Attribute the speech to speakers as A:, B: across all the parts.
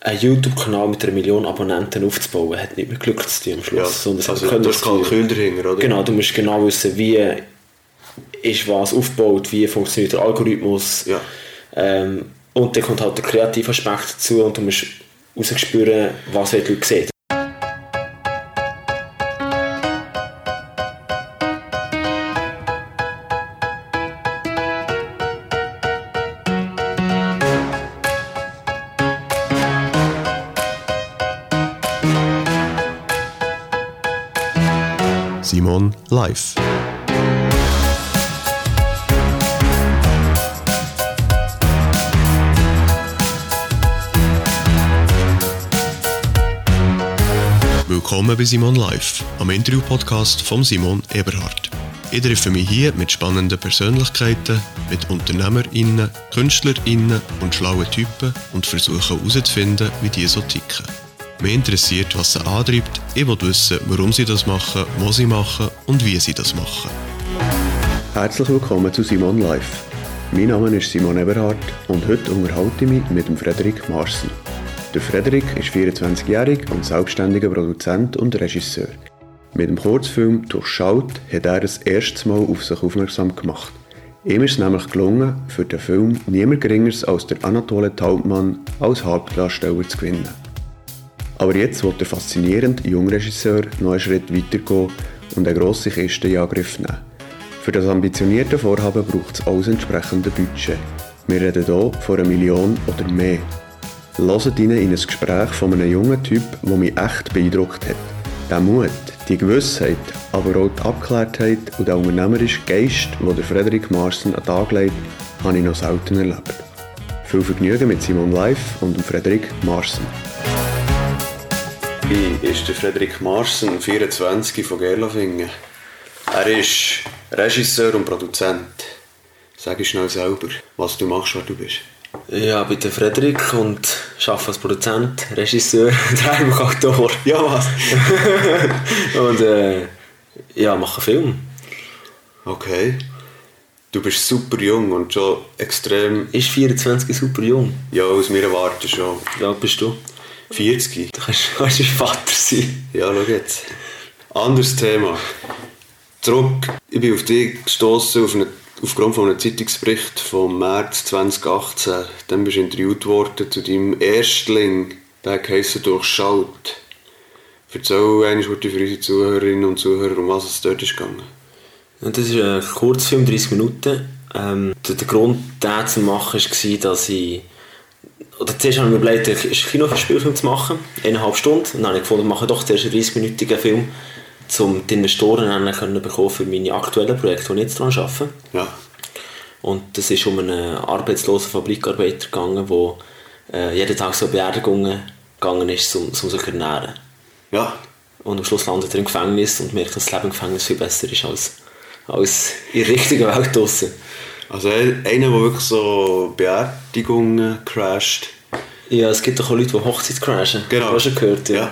A: einen YouTube-Kanal mit einer Million Abonnenten aufzubauen, hat nicht mit Glück zu tun am
B: Ja,
A: Schluss. sondern es hat
B: also,
A: mit
B: du
A: Können
B: hast
A: zu tun.
B: Kalkül dahinter, oder?
A: Genau, du musst genau wissen, wie ist was aufgebaut, wie funktioniert der Algorithmus.
B: Ja.
A: Ähm, und dann kommt halt der kreative Aspekt dazu und du musst rausspüren, was die Leute sehen.
C: Simon live. Willkommen bei Simon Live, am Interview-Podcast von Simon Eberhard. Ich treffe mich hier mit spannenden Persönlichkeiten, mit UnternehmerInnen, KünstlerInnen und schlauen Typen und versuche herauszufinden, wie die so ticken. Mich interessiert, was sie antreibt, ich will wissen, warum sie das machen, wo sie machen und wie sie das machen.
D: Herzlich willkommen zu Simon Live. Mein Name ist Simon Eberhardt und heute unterhalte ich mich mit dem Frederik Marsen. Der Frederik ist 24-jährig und selbstständiger Produzent und Regisseur. Mit dem Kurzfilm «Durchschaut» hat er das erste Mal auf sich aufmerksam gemacht. Ihm ist es nämlich gelungen, für den Film niemand Geringeres als der Anatole Taubmann als Hauptdarsteller zu gewinnen. Aber jetzt will der faszinierende Jungregisseur noch einen Schritt weitergehen und eine grosse Kiste in Angriff nehmen. Für das ambitionierte Vorhaben braucht es auch das entsprechende Budget. Wir reden hier von einer Million oder mehr. Hört ihn in ein Gespräch von einem jungen Typ, der mich echt beeindruckt hat. Der Mut, die Gewissheit, aber auch die Abgeklärtheit und der unternehmerische Geist, den der Frederik Marsen an den Tag legt, habe ich noch selten erlebt. Viel Vergnügen mit Simon Live und dem Frederik Marsen.
B: Wie ist der Frederik Marsen, 24 von Gerlafingen? Er ist Regisseur und Produzent. Sag ich schnell selber, was du machst, wer du bist.
A: Ja, ich bin der Frederik und arbeite als Produzent, Regisseur, Drehbuchautor.
B: Ja, was?
A: Und äh, ja, mache Film.
B: Okay. Du bist super jung und schon extrem.
A: Ist 24 super jung.
B: Ja, aus mir erwarten schon.
A: Wie alt bist du?
B: 40.
A: Du kannst, kannst mein Vater sein.
B: Ja, schau jetzt. Anderes Thema. Zurück. Ich bin auf dich gestoßen auf eine, aufgrund von einem Zeitungsbericht vom März 2018. Dann bist du interviewt worden zu deinem Erstling, der geheissen Durchschaut. Erzähl einmal kurz für unsere Zuhörerinnen und Zuhörer, um was es dort ist gegangen.
A: Und das ist ein Kurzfilm, 30 Minuten. Ähm, der der Grund, den zu machen, war, dass ich... Oder zuerst habe ich mir überlegt, einen Kinofilm zu machen, eineinhalb Stunden. Und dann habe ich gefunden, ich mache doch zuerst einen 30-minütigen Film, um die Investoren dann können bekommen für meine aktuellen Projekte, die ich jetzt daran arbeite.
B: Ja.
A: Und es ist um einen arbeitslosen Fabrikarbeiter gegangen, der äh, jeden Tag so Beerdigungen gegangen ist, um, um sich zu ernähren.
B: Ja.
A: Und am Schluss landet er im Gefängnis und merkt, dass das Leben im Gefängnis viel besser ist als, als in der richtigen Welt draussen.
B: Also ein- einer, der wirklich so Beerdigungen crasht.
A: Ja, es gibt doch auch Leute, die Hochzeit crashen.
B: Genau.
A: Hast du schon gehört? Ja.
B: ja.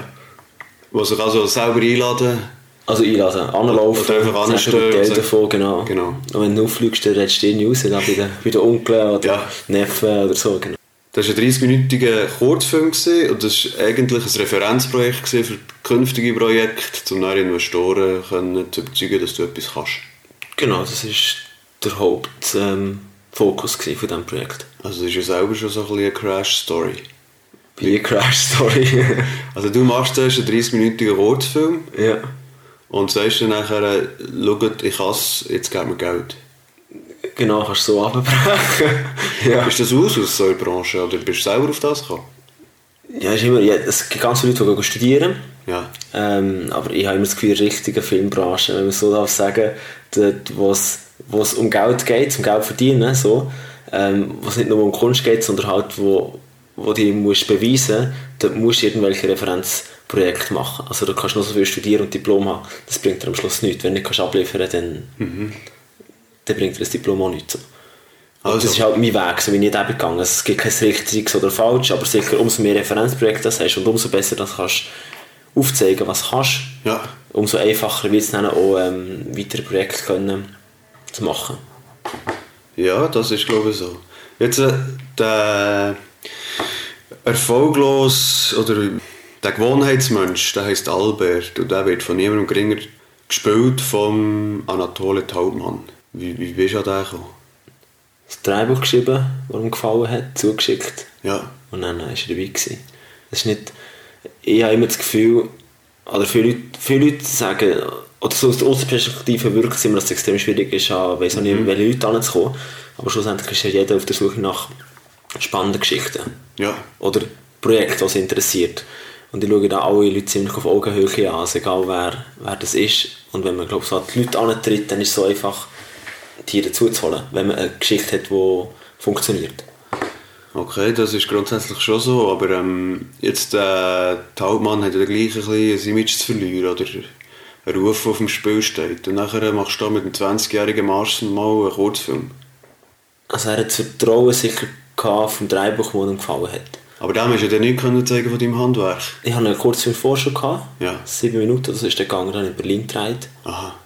B: Der sich also selber einladen.
A: Also einladen, anlaufen,
B: Oder einfach
A: sagst du
B: anstehen,
A: Geld
B: sag-
A: davon, genau.
B: Genau.
A: Und wenn du auffliegst, dann redest du dir nicht raus, dann bei den, bei den Onkeln oder
B: Ja.
A: Neffen oder so. Genau.
B: Das war ein 30-minütiger Kurzfilm gewesen und das war eigentlich ein Referenzprojekt gewesen für künftige Projekte, um dann Investoren können zu überzeugen, dass du etwas kannst.
A: genau, das war der Hauptfokus ähm, Fokus gewesen von diesem Projekt.
B: Also das ist ja selber schon so ein bisschen eine Crash-Story.
A: Wie eine Crash-Story.
B: Also du machst zuerst einen 30-minütigen Kurzfilm
A: ja.
B: und sagst dann nachher, äh, «Schaut, ich hasse, jetzt gebt mir Geld.
A: Genau, kannst du so abbrechen. ja.
B: Ist das aus aus so einer Branche oder bist du selber auf das gekommen?
A: ja, ist immer, ja, es gibt ganz viele Leute, die gehen studieren.
B: Ja.
A: Ähm, aber ich habe immer das Gefühl, in der richtigen Filmbranche, wenn man so darf sagen, dort, wo es wo es um Geld geht, um Geld verdienen, so, ähm, wo es nicht nur um Kunst geht, sondern halt, wo, wo du musst beweisen dort musst du irgendwelche Referenzprojekte machen. Also du kannst nur so viel studieren und Diplom haben, das bringt dir am Schluss nichts. Wenn du nicht kannst abliefern dann, dann bringt dir das Diplom auch nichts. So. Und
B: Also.
A: Das ist halt mein Weg, so bin ich da gegangen. Es gibt kein richtiges oder falsch, aber sicher umso mehr Referenzprojekte das hast und umso besser das kannst aufzeigen, was du kannst,
B: Ja.
A: umso einfacher wird es dann auch ähm, weitere Projekte können zu machen.
B: Ja, das ist glaube ich so. Jetzt äh, der erfolglos oder der Gewohnheitsmensch, der heißt Albert und der wird von niemandem geringer gespielt vom Anatole Taubmann. Wie, wie bist du an den gekommen?
A: Das Drehbuch geschrieben, das ihm gefallen hat, zugeschickt.
B: Ja.
A: Und dann war er dabei. Gewesen. Das ist nicht, ich habe immer das Gefühl, oder viele Leute, viele Leute sagen, oder so aus der Außenperspektive wirkt es immer, dass es extrem schwierig ist, an weiss auch nicht, welche Leute anzukommen. Aber schlussendlich ist ja jeder auf der Suche nach spannenden Geschichten.
B: Ja.
A: Oder Projekten, was interessiert. Und ich schaue da alle Leute ziemlich auf Augenhöhe an, also egal wer, wer das ist. Und wenn man glaub, so an die Leute antritt, dann ist es so einfach, die dazu zu holen, wenn man eine Geschichte hat, die funktioniert.
B: Okay, das ist grundsätzlich schon so, aber ähm, jetzt äh, Taubmann hat ja gleich ein, bisschen ein Image zu verlieren oder einen Ruf, der auf dem Spiel steht. Und nachher machst du da mit dem 20-jährigen Marsen mal einen Kurzfilm.
A: Also er hat das Vertrauen sicher gehabt vom Drehbuch, das ihm gefallen hat.
B: Aber dem hast du ja dann nichts können zeigen von deinem Handwerk.
A: Ich hatte einen kurzen Vorschau, gehabt,
B: Ja.
A: sieben Minuten, das ist dann gegangen, dann in Berlin gedreht.
B: Aha.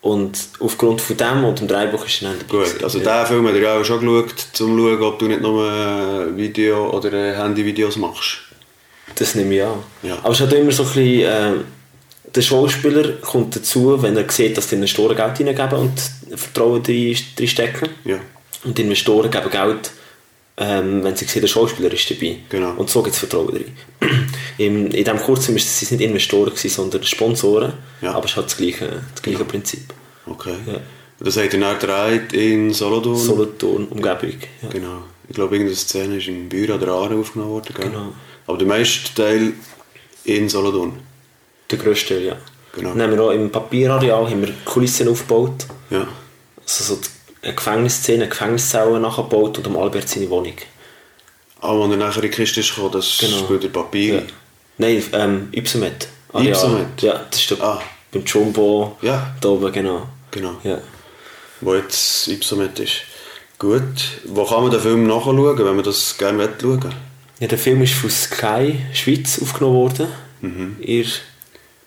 A: Und aufgrund von dem und dem Drehbuch ist er dann dabei
B: Gut,
A: gewesen.
B: also diesen Film hat er ja auch schon geschaut, um zu schauen, ob du nicht nur äh, Video- oder äh, Handyvideos machst.
A: Das nehme ich an.
B: Ja.
A: Aber es ist halt immer so ein bisschen, ähm, der Schauspieler kommt dazu, wenn er sieht, dass die Investoren Geld hineingeben und Vertrauen drin drin stecken.
B: Ja.
A: Und die Investoren geben Geld, ähm, wenn sie sehen, der Schauspieler ist dabei.
B: Genau.
A: Und so gibt es Vertrauen drin. Im, in diesem Kurzfilm waren es nicht Investoren, gewesen, sondern Sponsoren.
B: Ja. Genau.
A: Aber es ist halt das gleiche, das gleiche Prinzip.
B: Okay.
A: Ja.
B: Das hat er dann gedreht in Solothurn.
A: Solothurn, Umgebung. Ja.
B: Genau. Ich glaube, irgendeine Szene ist im Büro der Aare aufgenommen worden. Gell?
A: Genau.
B: Aber der meiste Teil in Solothurn.
A: Der grösste Teil, ja.
B: Genau.
A: Dann haben wir auch im Papierareal haben wir Kulissen aufgebaut.
B: Ja.
A: Also so die- eine Gefängnisszene, eine Gefängniszelle nachgebaut und am Albert seine Wohnung.
B: Aber wenn er nachher in die Kiste ist gekommen, das
A: Genau.
B: spielt er Papier.
A: Nein, ähm, Ypsomed.
B: Ypsomed?
A: Ja, das ist der,
B: Ah.
A: beim Jumbo.
B: Ja.
A: Da oben, genau.
B: Genau.
A: Ja.
B: Wo jetzt Ypsomed ist. Gut. Wo kann man den Film nachschauen, wenn man das gerne schauen will?
A: ja, der Film ist von Sky Schweiz aufgenommen worden. In der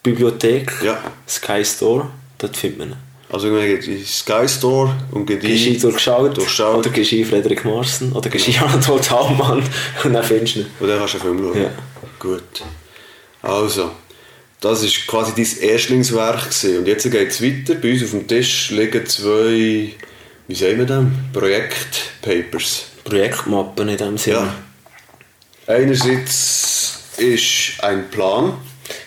A: Bibliothek.
B: Mhm. Ja.
A: Sky Store. Dort findet man ihn.
B: Also man geht in den Sky Store und geht
A: Gehst du
B: ein.
A: durchschaut,
B: durchschaut.
A: oder gehst du ein Frederik Marsen, oder gehst du ein Anatol Thalmann und dann findest du ihn.
B: Und dann kannst du den Film schauen.
A: Ja.
B: Gut. Also, das ist quasi dein Erstlingswerk. Gewesen. Und jetzt geht es weiter. Bei uns auf dem Tisch liegen zwei, wie sagen wir dem? Projektpapers.
A: Projektmappen in dem Sinne.
B: Ja. Einerseits ist ein Plan.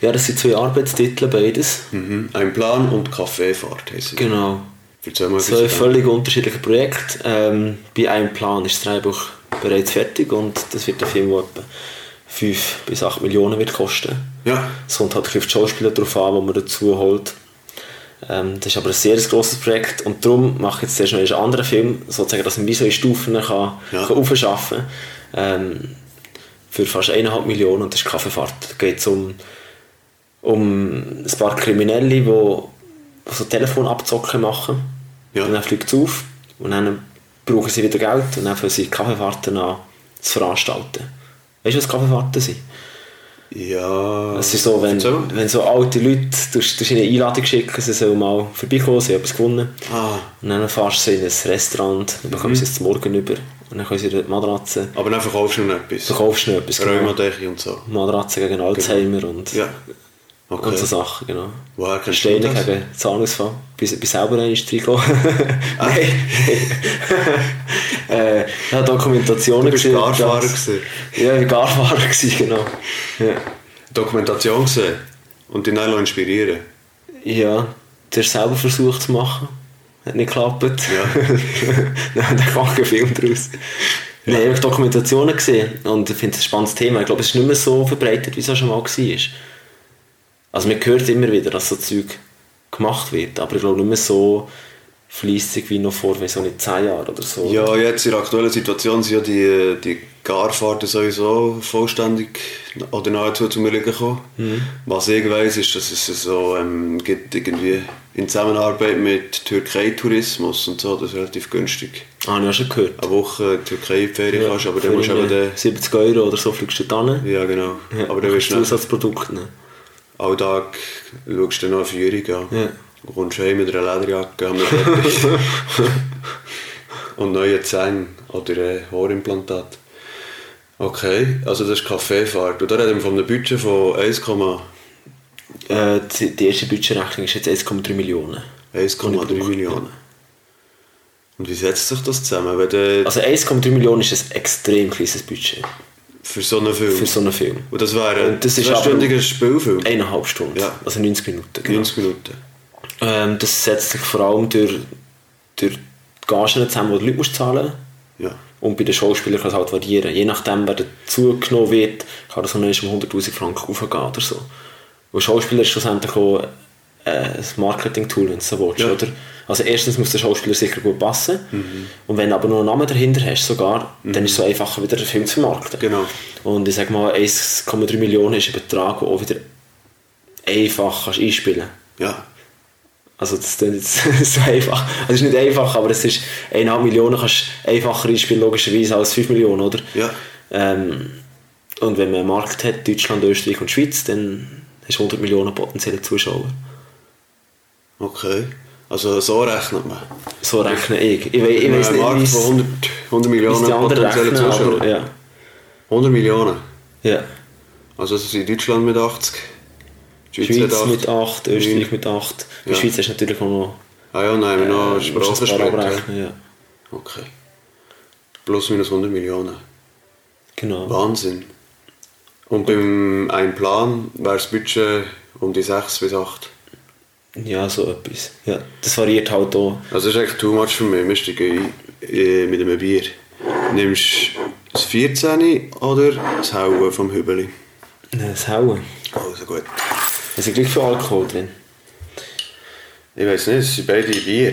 A: ja, das sind zwei Arbeitstitel, beides.
B: Mhm. Ein Plan und Kaffeefahrt heissen. sie.
A: Mhm. Genau.
B: Erzähl mal ein
A: Zwei
B: bisschen.
A: völlig unterschiedliche Projekte. Ähm, bei einem Plan ist das Drehbuch bereits fertig und das wird der Film, der etwa 5 bis 8 Millionen wird kosten.
B: Ja.
A: Es kommt halt ein bisschen auf die Schauspieler drauf an, die man dazu holt. Ähm, das ist aber ein sehr grosses Projekt und darum mache ich jetzt sehr schnell einen anderen Film, sozusagen, dass man wie so in Stufen kann,
B: Ja.
A: kann aufschaffen ähm, für fast 1,5 Millionen und das ist Kaffeefahrt. Da geht es um um ein paar Kriminelle, die die so Telefonabzocken machen.
B: Ja.
A: Und dann fliegt es auf und dann brauchen sie wieder Geld und dann fangen sie Kaffeefahrten an zu veranstalten. Weißt du, was Kaffeefahrten sind?
B: Ja.
A: Es ist so, wenn,
B: Erzähl mal.
A: wenn so alte Leute du, du ihnen eine Einladung schicken, sie sollen mal vorbeikommen, sie haben etwas gewonnen.
B: Ah. Mhm.
A: Und dann fährst du sie in ein Restaurant, dann bekommen sie es zum Morgen über und dann können sie ihre Matratze.
B: Aber dann verkaufst du noch etwas. genau.
A: Du kaufst noch etwas.
B: Rheumadeche und so.
A: Matratze gegen Alzheimer und,
B: Ja. Okay.
A: und so Sachen, genau.
B: Woher kennst du
A: Steine
B: das?
A: gegen Zahnausfall. Bis, bis selber rein ist reingekommen.
B: Ah.
A: Nein. äh, ich habe Dokumentationen
B: Du bist
A: gesehen,
B: Garfahrer
A: das-
B: gewesen.
A: Ja, ich war Garfahrer, gewesen, genau. Ja.
B: Dokumentation gesehen und dich dann inspirieren lassen.
A: ja, du hast selber versucht zu machen. Hat nicht geklappt.
B: Ja.
A: Nein, da kam kein Film draus. Nein, ich habe Dokumentationen gesehen und ich finde es ein spannendes Thema. Ich glaube, es ist nicht mehr so verbreitet, wie es auch schon mal war. Also man hört immer wieder, dass so Zeug gemacht wird, aber ich glaube nicht mehr so fleissig wie noch vor, weiß auch nicht, 10 Jahren oder so.
B: Ja, jetzt in der aktuellen Situation sind ja die, äh, die Garfahrten sowieso vollständig oder nahezu zum Erliegen gekommen. Was ich weiss, ist, dass es so ähm, gibt irgendwie in Zusammenarbeit mit Türkei-Tourismus und so, das ist relativ günstig.
A: Ah, ich habe schon gehört.
B: Eine Woche in die Türkei in die Ferien kannst, aber dann
A: Für
B: musst du eben
A: irgendwie
B: den...
A: 70 Euro oder so fliegst du da hin.
B: Ja, genau. aber dann
A: willst
B: wirst
A: du
B: du dann
A: Zusatzprodukte nehmen.
B: alltag schaust du dann noch eine Führung an.
A: Ja.
B: Und kommst heim mit einer Lederjacke am Teppich. und neuen Zähnen oder äh, Ohrimplantat. Okay, also das ist Kaffeefahrt. Und da reden wir von einem Budget von 1,3
A: Äh, die, die erste Budgetrechnung ist jetzt 1,3 Millionen.
B: 1,3 Millionen. Und wie setzt sich das zusammen? Wenn der
A: Also 1,3 Millionen ist ein extrem kleines Budget
B: für so einen Film.
A: für so einen Film.
B: und das wäre ein
A: Und das ist
B: zweistündiger Spielfilm.
A: Eineinhalb Stunden,
B: Ja.
A: also 90 Minuten. Genau.
B: 90 Minuten.
A: Ähm, das setzt sich vor allem durch, durch die Gagen zusammen, die die Leute musst zahlen musst.
B: Ja.
A: Und bei den Schauspielern kann es halt variieren. Je nachdem, wer dazu genommen wird, kann das noch erst um 100'000 Franken aufgehen oder so. Weil Schauspieler ist schlussendlich auch äh, ein Marketing-Tool, wenn du so willst,
B: Ja. Mhm.
A: oder? Also erstens muss der Schauspieler sicher gut passen. Und wenn du aber noch einen Namen dahinter hast, sogar, dann ist es so einfacher, wieder den Film zu vermarkten.
B: Genau.
A: Und ich sag mal, 1,3 Millionen ist ein Betrag, den auch wieder einfach kannst einspielen kannst.
B: Ja.
A: Also das ist jetzt so einfach. Also es ist nicht einfach, aber es ist 1,5 Millionen kannst du einfacher einspielen, logischerweise, als 5 Millionen, oder?
B: Ja.
A: Ähm, und wenn man einen Markt hat, Deutschland, Österreich und Schweiz, dann hast du 100 Millionen potenzielle Zuschauer.
B: Okay. Also so rechnet man.
A: So rechne ich. Ich, wei- ich
B: Wenn
A: weiß nicht,
B: man einen
A: wie
B: Markt
A: es-
B: von 100, 100
A: wie es
B: Millionen
A: die anderen
B: potenziellen
A: rechnen,
B: Zuschauern.
A: aber äh, ja.
B: 100 Millionen.
A: ja.
B: Also das ist in Deutschland mit 80. Die Schweiz,
A: Schweiz
B: hat
A: mit
B: 80.
A: 8, Österreich
B: halt Neun.
A: mit 8. Bei
B: Ja.
A: Schweiz hast du natürlich auch noch, äh,
B: Ah ja, nein, wir haben noch
A: musst du ein paar
B: Sprachen sprechen.
A: abrechnen, ja.
B: Okay. Plus minus 100 Millionen.
A: Genau.
B: Wahnsinn. Und beim einem Plan wäre das Budget um die 6 bis 8.
A: Ja, so etwas. Ja. Das variiert halt auch.
B: Also das ist eigentlich too much für mich. Müsste ich gehen, äh, mit einem Bier. Nimmst das 14 oder das Hauen vom Hübeli?
A: Äh, Das Hauen.
B: Also gut.
A: Es ist Glück für Alkohol drin.
B: Ich weiß nicht, es sind beide Bier.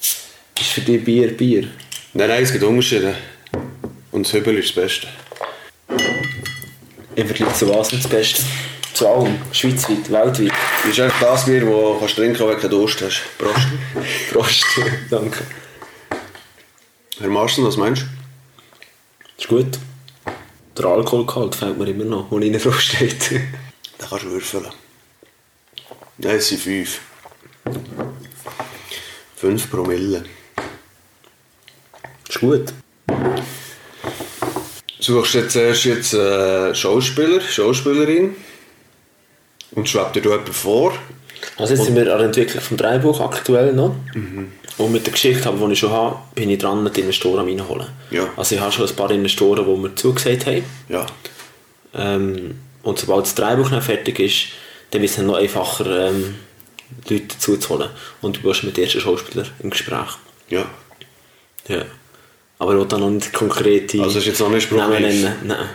A: Ist für dich Bier Bier?
B: Nein, nein, es gibt Unterschiede. Und das Hübeli ist das Beste.
A: Im Vergleich zu was nicht das Beste? Zu allem. Schweizweit, weltweit.
B: Das ist eigentlich das Bier, das kannst du trinken kannst, wenn du Durst hast. Prost.
A: Prost. Danke.
B: Herr Marsten, was meinst du?
A: Ist gut. Der Alkoholgehalt fehlt mir immer noch, wo innen drauf steht.
B: Da kannst du würfeln. Nein, es sind fünf. Fünf Promille.
A: Ist gut.
B: Suchst jetzt erst jetzt äh, Schauspieler, Schauspielerin und schwebt dir da jemand vor.
A: Also jetzt sind wir an der Entwicklung vom Dreibuch aktuell noch. Und mit der Geschichte, aber, die ich schon habe, bin ich dran, die Investoren am reinholen.
B: Ja.
A: Also ich habe schon ein paar Investoren, die mir zugesagt haben.
B: Ja.
A: Ähm, und sobald das Dreibuch dann fertig ist, dann wird es dann noch einfacher, ähm, Leute dazu zu holen. Und du bist mit den ersten Schauspielern im Gespräch.
B: Ja.
A: Ja. Aber ich will da noch nicht konkrete
B: Also ist jetzt noch nicht
A: Namen
B: spruchreif?
A: nennen. Nein.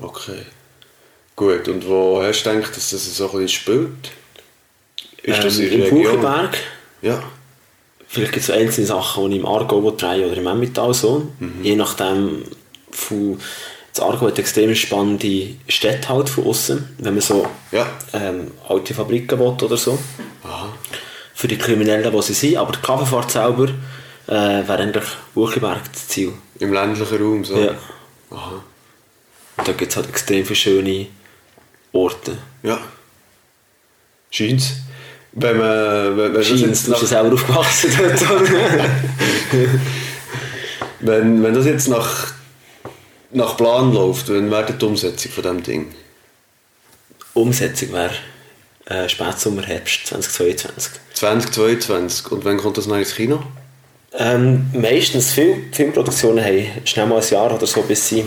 B: Okay. Gut, und wo hast du gedacht, dass das so ein bisschen spielt? Ist das
A: ähm,
B: in der
A: Im
B: Region?
A: Buchenberg.
B: Ja.
A: Vielleicht gibt es einzelne Sachen, die ich im Argo will drehen oder im Emmental so.
B: Mhm.
A: Je nachdem, von, das Argo hat extrem spannende Städte halt von außen, wenn man so
B: Ja.
A: ähm, alte Fabriken will oder so.
B: Aha.
A: Für die Kriminellen, die sie sind. Aber die Kaffeefahrt selber äh, wäre eigentlich Buchenberg das Ziel.
B: Im ländlichen Raum, so?
A: Ja.
B: Aha.
A: Und da gibt es halt extrem viele schöne Orte.
B: Ja. Scheint's. Wenn man... Wenn, wenn
A: Scheint, du
B: das
A: bist ja
B: jetzt nach,
A: selber aufgewachsen dort.
B: wenn, wenn das jetzt nach, nach Plan läuft, dann wäre die Umsetzung von dem Ding.
A: Umsetzung wäre äh, Spätsommer, Herbst 2022.
B: 2022. Und wann kommt das noch ins Kino?
A: Ähm, meistens viele Filmproduktionen haben schnell mal ein Jahr oder so, bis, sie,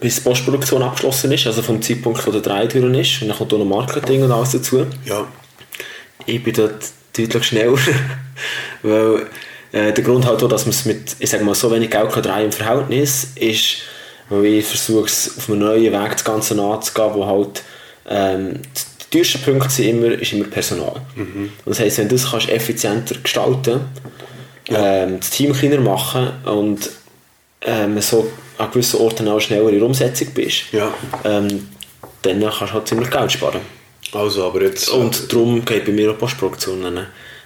A: bis die Postproduktion abgeschlossen ist, also vom Zeitpunkt, wo der Dreh durch ist. Und dann kommt auch noch Marketing und alles dazu.
B: Ja.
A: Ich bin dort deutlich schneller, weil äh, der Grund halt auch, dass man es mit, ich sag mal, so wenig Geld kann drehen im Verhältnis, ist, weil ich versuche es auf einem neuen Weg das Ganze anzugehen, wo halt ähm, die teuersten Punkte sind immer, ist immer Personal. Und das heisst, wenn du das kannst effizienter gestalten ähm, das Team kleiner machen und ähm, so an gewissen Orten auch schneller in der Umsetzung bist,
B: Ja.
A: ähm, dann kannst du halt ziemlich Geld sparen.
B: Also, aber jetzt...
A: Und darum geht bei mir auch Postproduktionen äh,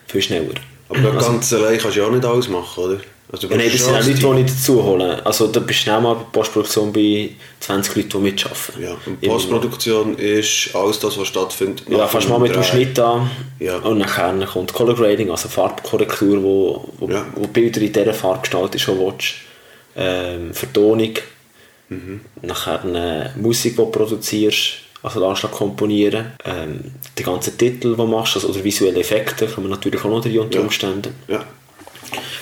A: viel schneller.
B: aber da ganz allein kannst du ja auch nicht alles machen, oder? Also, du
A: Also- Ja, nein, das
B: brauchst
A: sind auch Leute,
B: schon ein
A: die ich dazu hole. Also da bist du schnell mal bei Postproduktion bei 20 Leuten, die mitarbeiten.
B: Team. Ja. Und
A: Im-
B: Postproduktion ist alles das, was stattfindet.
A: Ja,
B: nach
A: fast mal mit dem
B: Dreh.
A: Schnitt an
B: Ja.
A: und nachher kommt Color Grading, also Farbkorrektur, wo, wo,
B: Ja.
A: wo Bilder in dieser Farbe gestaltet schon willst. Ähm, Vertonung,
B: Mhm.
A: Nachher eine äh, Musik, die du produzierst, also anschlag komponieren, ähm, die ganzen Titel, die du machst, also, oder visuelle Effekte, kommen natürlich auch noch rein unter
B: Ja.
A: Umständen.
B: Ja.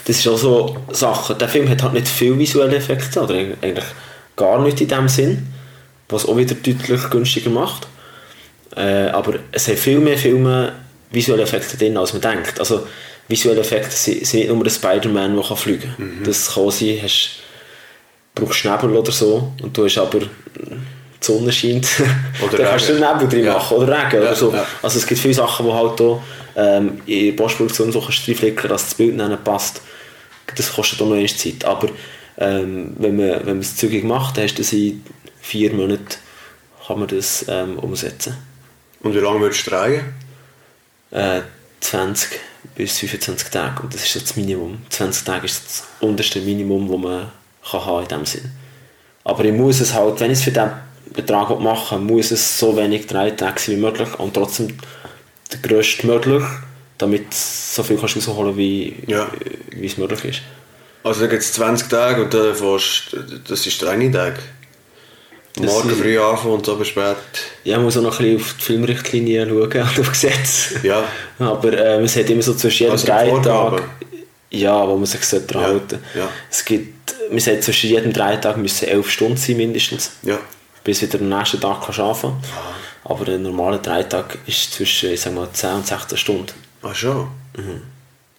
A: Das ist auch so Sachen. Der Film hat halt nicht viel visuelle Effekte, oder eig- eigentlich gar nicht in dem Sinn, was auch wieder deutlich günstiger macht. Äh, aber es haben viel mehr Filme visuelle Effekte drin, als man denkt. Also visuelle Effekte sind, sind nicht nur der Spider-Man, der kann fliegen kann.
B: Mhm.
A: Das kann sein, hast, brauchst Nebel oder so und du hast aber äh, die Sonne scheint,
B: Oder
A: dann kannst du
B: Regen.
A: einen Nebel drin
B: Ja.
A: machen oder Regen
B: Ja,
A: oder so.
B: ja.
A: Also es gibt viele Sachen, die halt auch ähm, in der Postproduktion so kannst du reinflicken, dass das Bild nicht passt. Das kostet auch noch erst Zeit. Aber ähm, wenn, man, wenn man es zügig macht, dann hast du das in vier Monaten kann man das ähm, umsetzen.
B: Und wie lange würdest du drehen?
A: Äh, 20 bis 25 Tage und das ist so das Minimum. 20 Tage ist das unterste Minimum, das man kann haben in dem Sinn. Aber ich muss es halt, wenn ich es für diesen Betrag machen will, muss es so wenig drei Tage sein wie möglich und trotzdem der grösste möglich, damit du so viel kannst rausholen wie,
B: Ja.
A: wie es möglich ist.
B: Also da gibt es 20 Tage und dann fährst das ist der eine Tag.
A: Das
B: Morgen
A: sind-
B: früh anfangen und aber spät.
A: Ja, man muss auch noch ein bisschen auf die Filmrichtlinie schauen und auf Gesetz.
B: Ja.
A: Aber äh, man sieht immer so zwischen jedem
B: Also die Vorgaben.
A: Drehtag. Ja, wo man sich sollte dran
B: Ja,
A: halten
B: ja.
A: Es gibt, man sagt, zwischen jedem Drehtag müssen elf Stunden sein mindestens.
B: Ja.
A: Bis wieder am nächsten Tag kannst du anfangen. Aber ein normaler Drehtag ist zwischen ich sag mal, 10 und 16 Stunden
B: Ach ah, schon.
A: in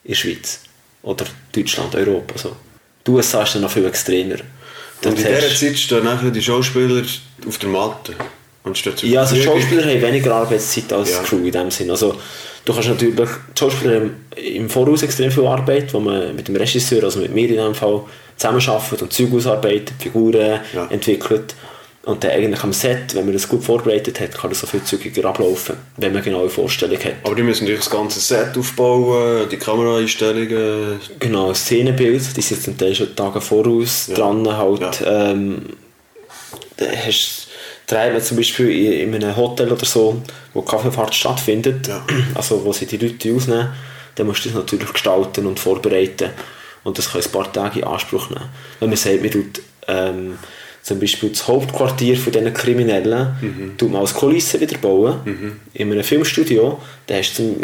A: der Schweiz. Oder Deutschland, Europa. So. Die USA ist dann noch viel extremer. Dort
B: Und in
A: hast-
B: dieser Zeit stehen nachher die Schauspieler auf der Matte. Und stehen zur
A: Ja, also die
B: Verfügung.
A: Schauspieler haben weniger Arbeitszeit als
B: Ja.
A: die Crew in dem Sinn. Also, du kannst natürlich, die Schauspieler haben im Voraus extrem viel Arbeit, wo man mit dem Regisseur, also mit mir in dem Fall, zusammenarbeitet und Zeug ausarbeitet, Figuren
B: Ja.
A: entwickelt. Und dann eigentlich am Set, wenn man das gut vorbereitet hat, kann das so viel zügiger ablaufen, wenn man genaue Vorstellung hat.
B: Aber die müssen natürlich das ganze Set aufbauen, die Kameraeinstellungen.
A: Genau, Szenenbild, die sind zum Teil schon Tage voraus dran. Halt, ähm, da hast, dreht man zum Beispiel in, in einem Hotel oder so, wo die Kaffeefahrt stattfindet,
B: Ja.
A: also wo sie die Leute ausnehmen, dann musst du das natürlich gestalten und vorbereiten. Und das kann ein paar Tage in Anspruch nehmen. Wenn man sagt, man tut ähm, zum Beispiel das Hauptquartier von diesen Kriminellen
B: Mhm.
A: tut man als Kulisse wieder bauen, in einem Filmstudio, dann hast du,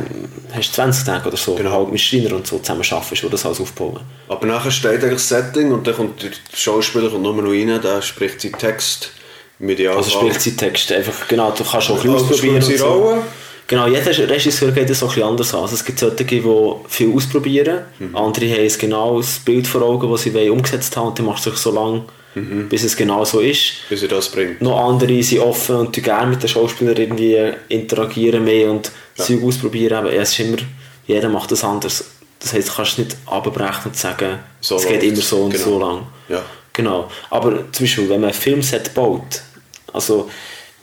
A: hast du 20 Tage oder so,
B: Genau.
A: halt mit Schreiner und so zusammen arbeitest, wo das alles aufbauen.
B: Aber nachher steht eigentlich das Setting und dann kommt der Schauspieler kommt nur noch rein, der spricht seinen Text mit ja
A: Also spielt sie Texte einfach, genau, du kannst auch ein bisschen
B: Also
A: ausprobieren.
B: spielt sie
A: und so.
B: Rollen?
A: Genau, jeder Regisseur geht das so ein bisschen anders an. Also es gibt solche, die viel ausprobieren,
B: Mhm.
A: andere haben ein genaues Bild vor Augen, das sie wollen umgesetzt haben und die machst du so lange,
B: Mhm.
A: bis es genau so ist.
B: bis er das bringt.
A: Noch andere sind offen und die gerne mit den Schauspielern irgendwie interagieren mehr und Zeug ausprobieren. Aber ja, es ist immer, jeder macht das anders. Das heisst, du kannst nicht abbrechen und sagen,
B: So
A: es geht
B: läuft's.
A: immer so und
B: Genau.
A: so lang.
B: Ja.
A: Genau. Aber zum Beispiel, wenn man ein Filmset baut, also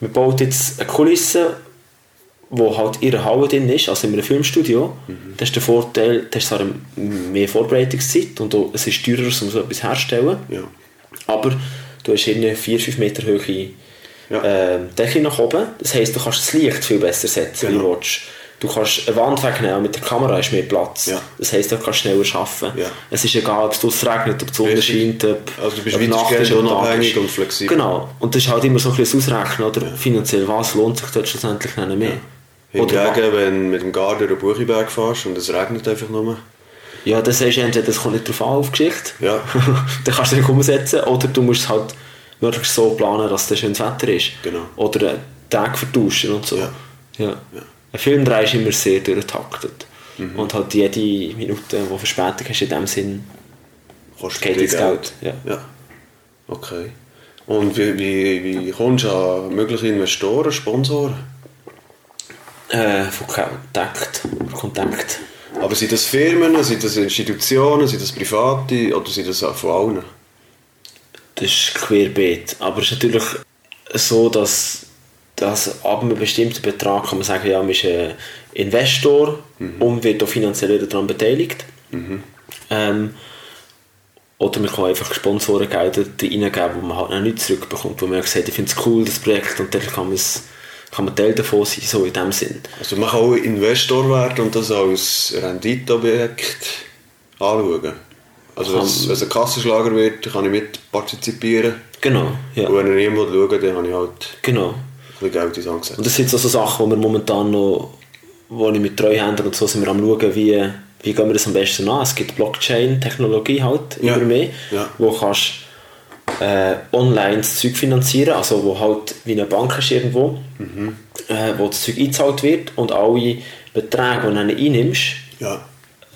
A: man baut jetzt eine Kulisse, wo halt ihre Halle drin ist, also in einem Filmstudio,
B: Mhm.
A: das ist der Vorteil, das ist zwar mehr Vorbereitungszeit und auch, es ist teurer, um so etwas herzustellen.
B: Ja.
A: Aber du hast irgendwie 4-5 Meter hohe
B: Ja.
A: ähm, Decke nach oben. Das heisst, du kannst das Licht viel besser setzen, wie
B: Genau.
A: du willst. Du kannst eine Wand wegnehmen, mit der Kamera ist mehr Platz.
B: Ja.
A: Das heisst, du kannst schneller arbeiten.
B: Ja.
A: Es ist egal, ob es draussen regnet, ob die Sonne
B: Richtig.
A: scheint, ob,
B: Also du bist
A: ob Nacht
B: weitestgehend
A: ist, ob Tag
B: unabhängig
A: ist.
B: und flexibel.
A: Genau. Und das ist halt immer so ein bisschen das Ausrechnen, oder? Finanziell, was lohnt sich dort schlussendlich nicht mehr?
B: Hingegen, wenn du mit dem Garder über Buchiberg fährst und es regnet einfach nur.
A: Ja, dann sagst du entweder, das kommt nicht drauf an auf die Geschichte.
B: Ja.
A: dann kannst du es nicht umsetzen. Oder du musst es halt wirklich so planen, dass es schönes Wetter ist.
B: Genau.
A: Oder einen Tag vertauschen und so.
B: Ja. Mhm.
A: Ja. Ein Film ist immer sehr durchtaktet. Und halt jede Minute, die Verspätung hast, in dem Sinn.
B: Kostet
A: Geht
B: dir
A: ins Geld,
B: Ja. Okay. Und wie, wie, wie kommst du an mögliche Investoren, Sponsoren?
A: Äh, von Kontakt. Kontakt.
B: Aber sind das Firmen, sind das Institutionen, sind das Private oder sind das auch von allen?
A: Das ist querbeet. Aber es ist natürlich so, dass, dass ab einem bestimmten Betrag kann man sagen, ja, man ist ein Investor und wird auch finanziell daran beteiligt. Ähm, oder man kann einfach Sponsorengelder reingeben, wo man halt noch nichts zurückbekommt, wo man sagt, ich finde es cool, das Projekt, und dann kann, man es- kann man Teil davon sein, so in dem Sinn.
B: Also man kann auch Investor werden und das als Renditeobjekt anschauen. Also wenn es- wenn es ein Kassenschlager wird, kann ich mitpartizipieren.
A: Genau, ja.
B: Und wenn er niemand schaut, dann habe ich halt
A: Genau.
B: ein bisschen Geld in die Hand gesetzt.
A: Und das sind so, so Sachen, die wir momentan noch, wo ich mit Treuhändern und so sind wir am schauen, wie, wie gehen wir das am besten an. Es gibt Blockchain-Technologie halt
B: Ja.
A: über mich,
B: Ja.
A: wo kannst äh, online das Zeug finanzieren, also wo halt wie eine Bank ist irgendwo,
B: Mhm.
A: äh, wo das Zeug eingezahlt wird und alle Beträge, die du dann einnimmst,
B: Ja.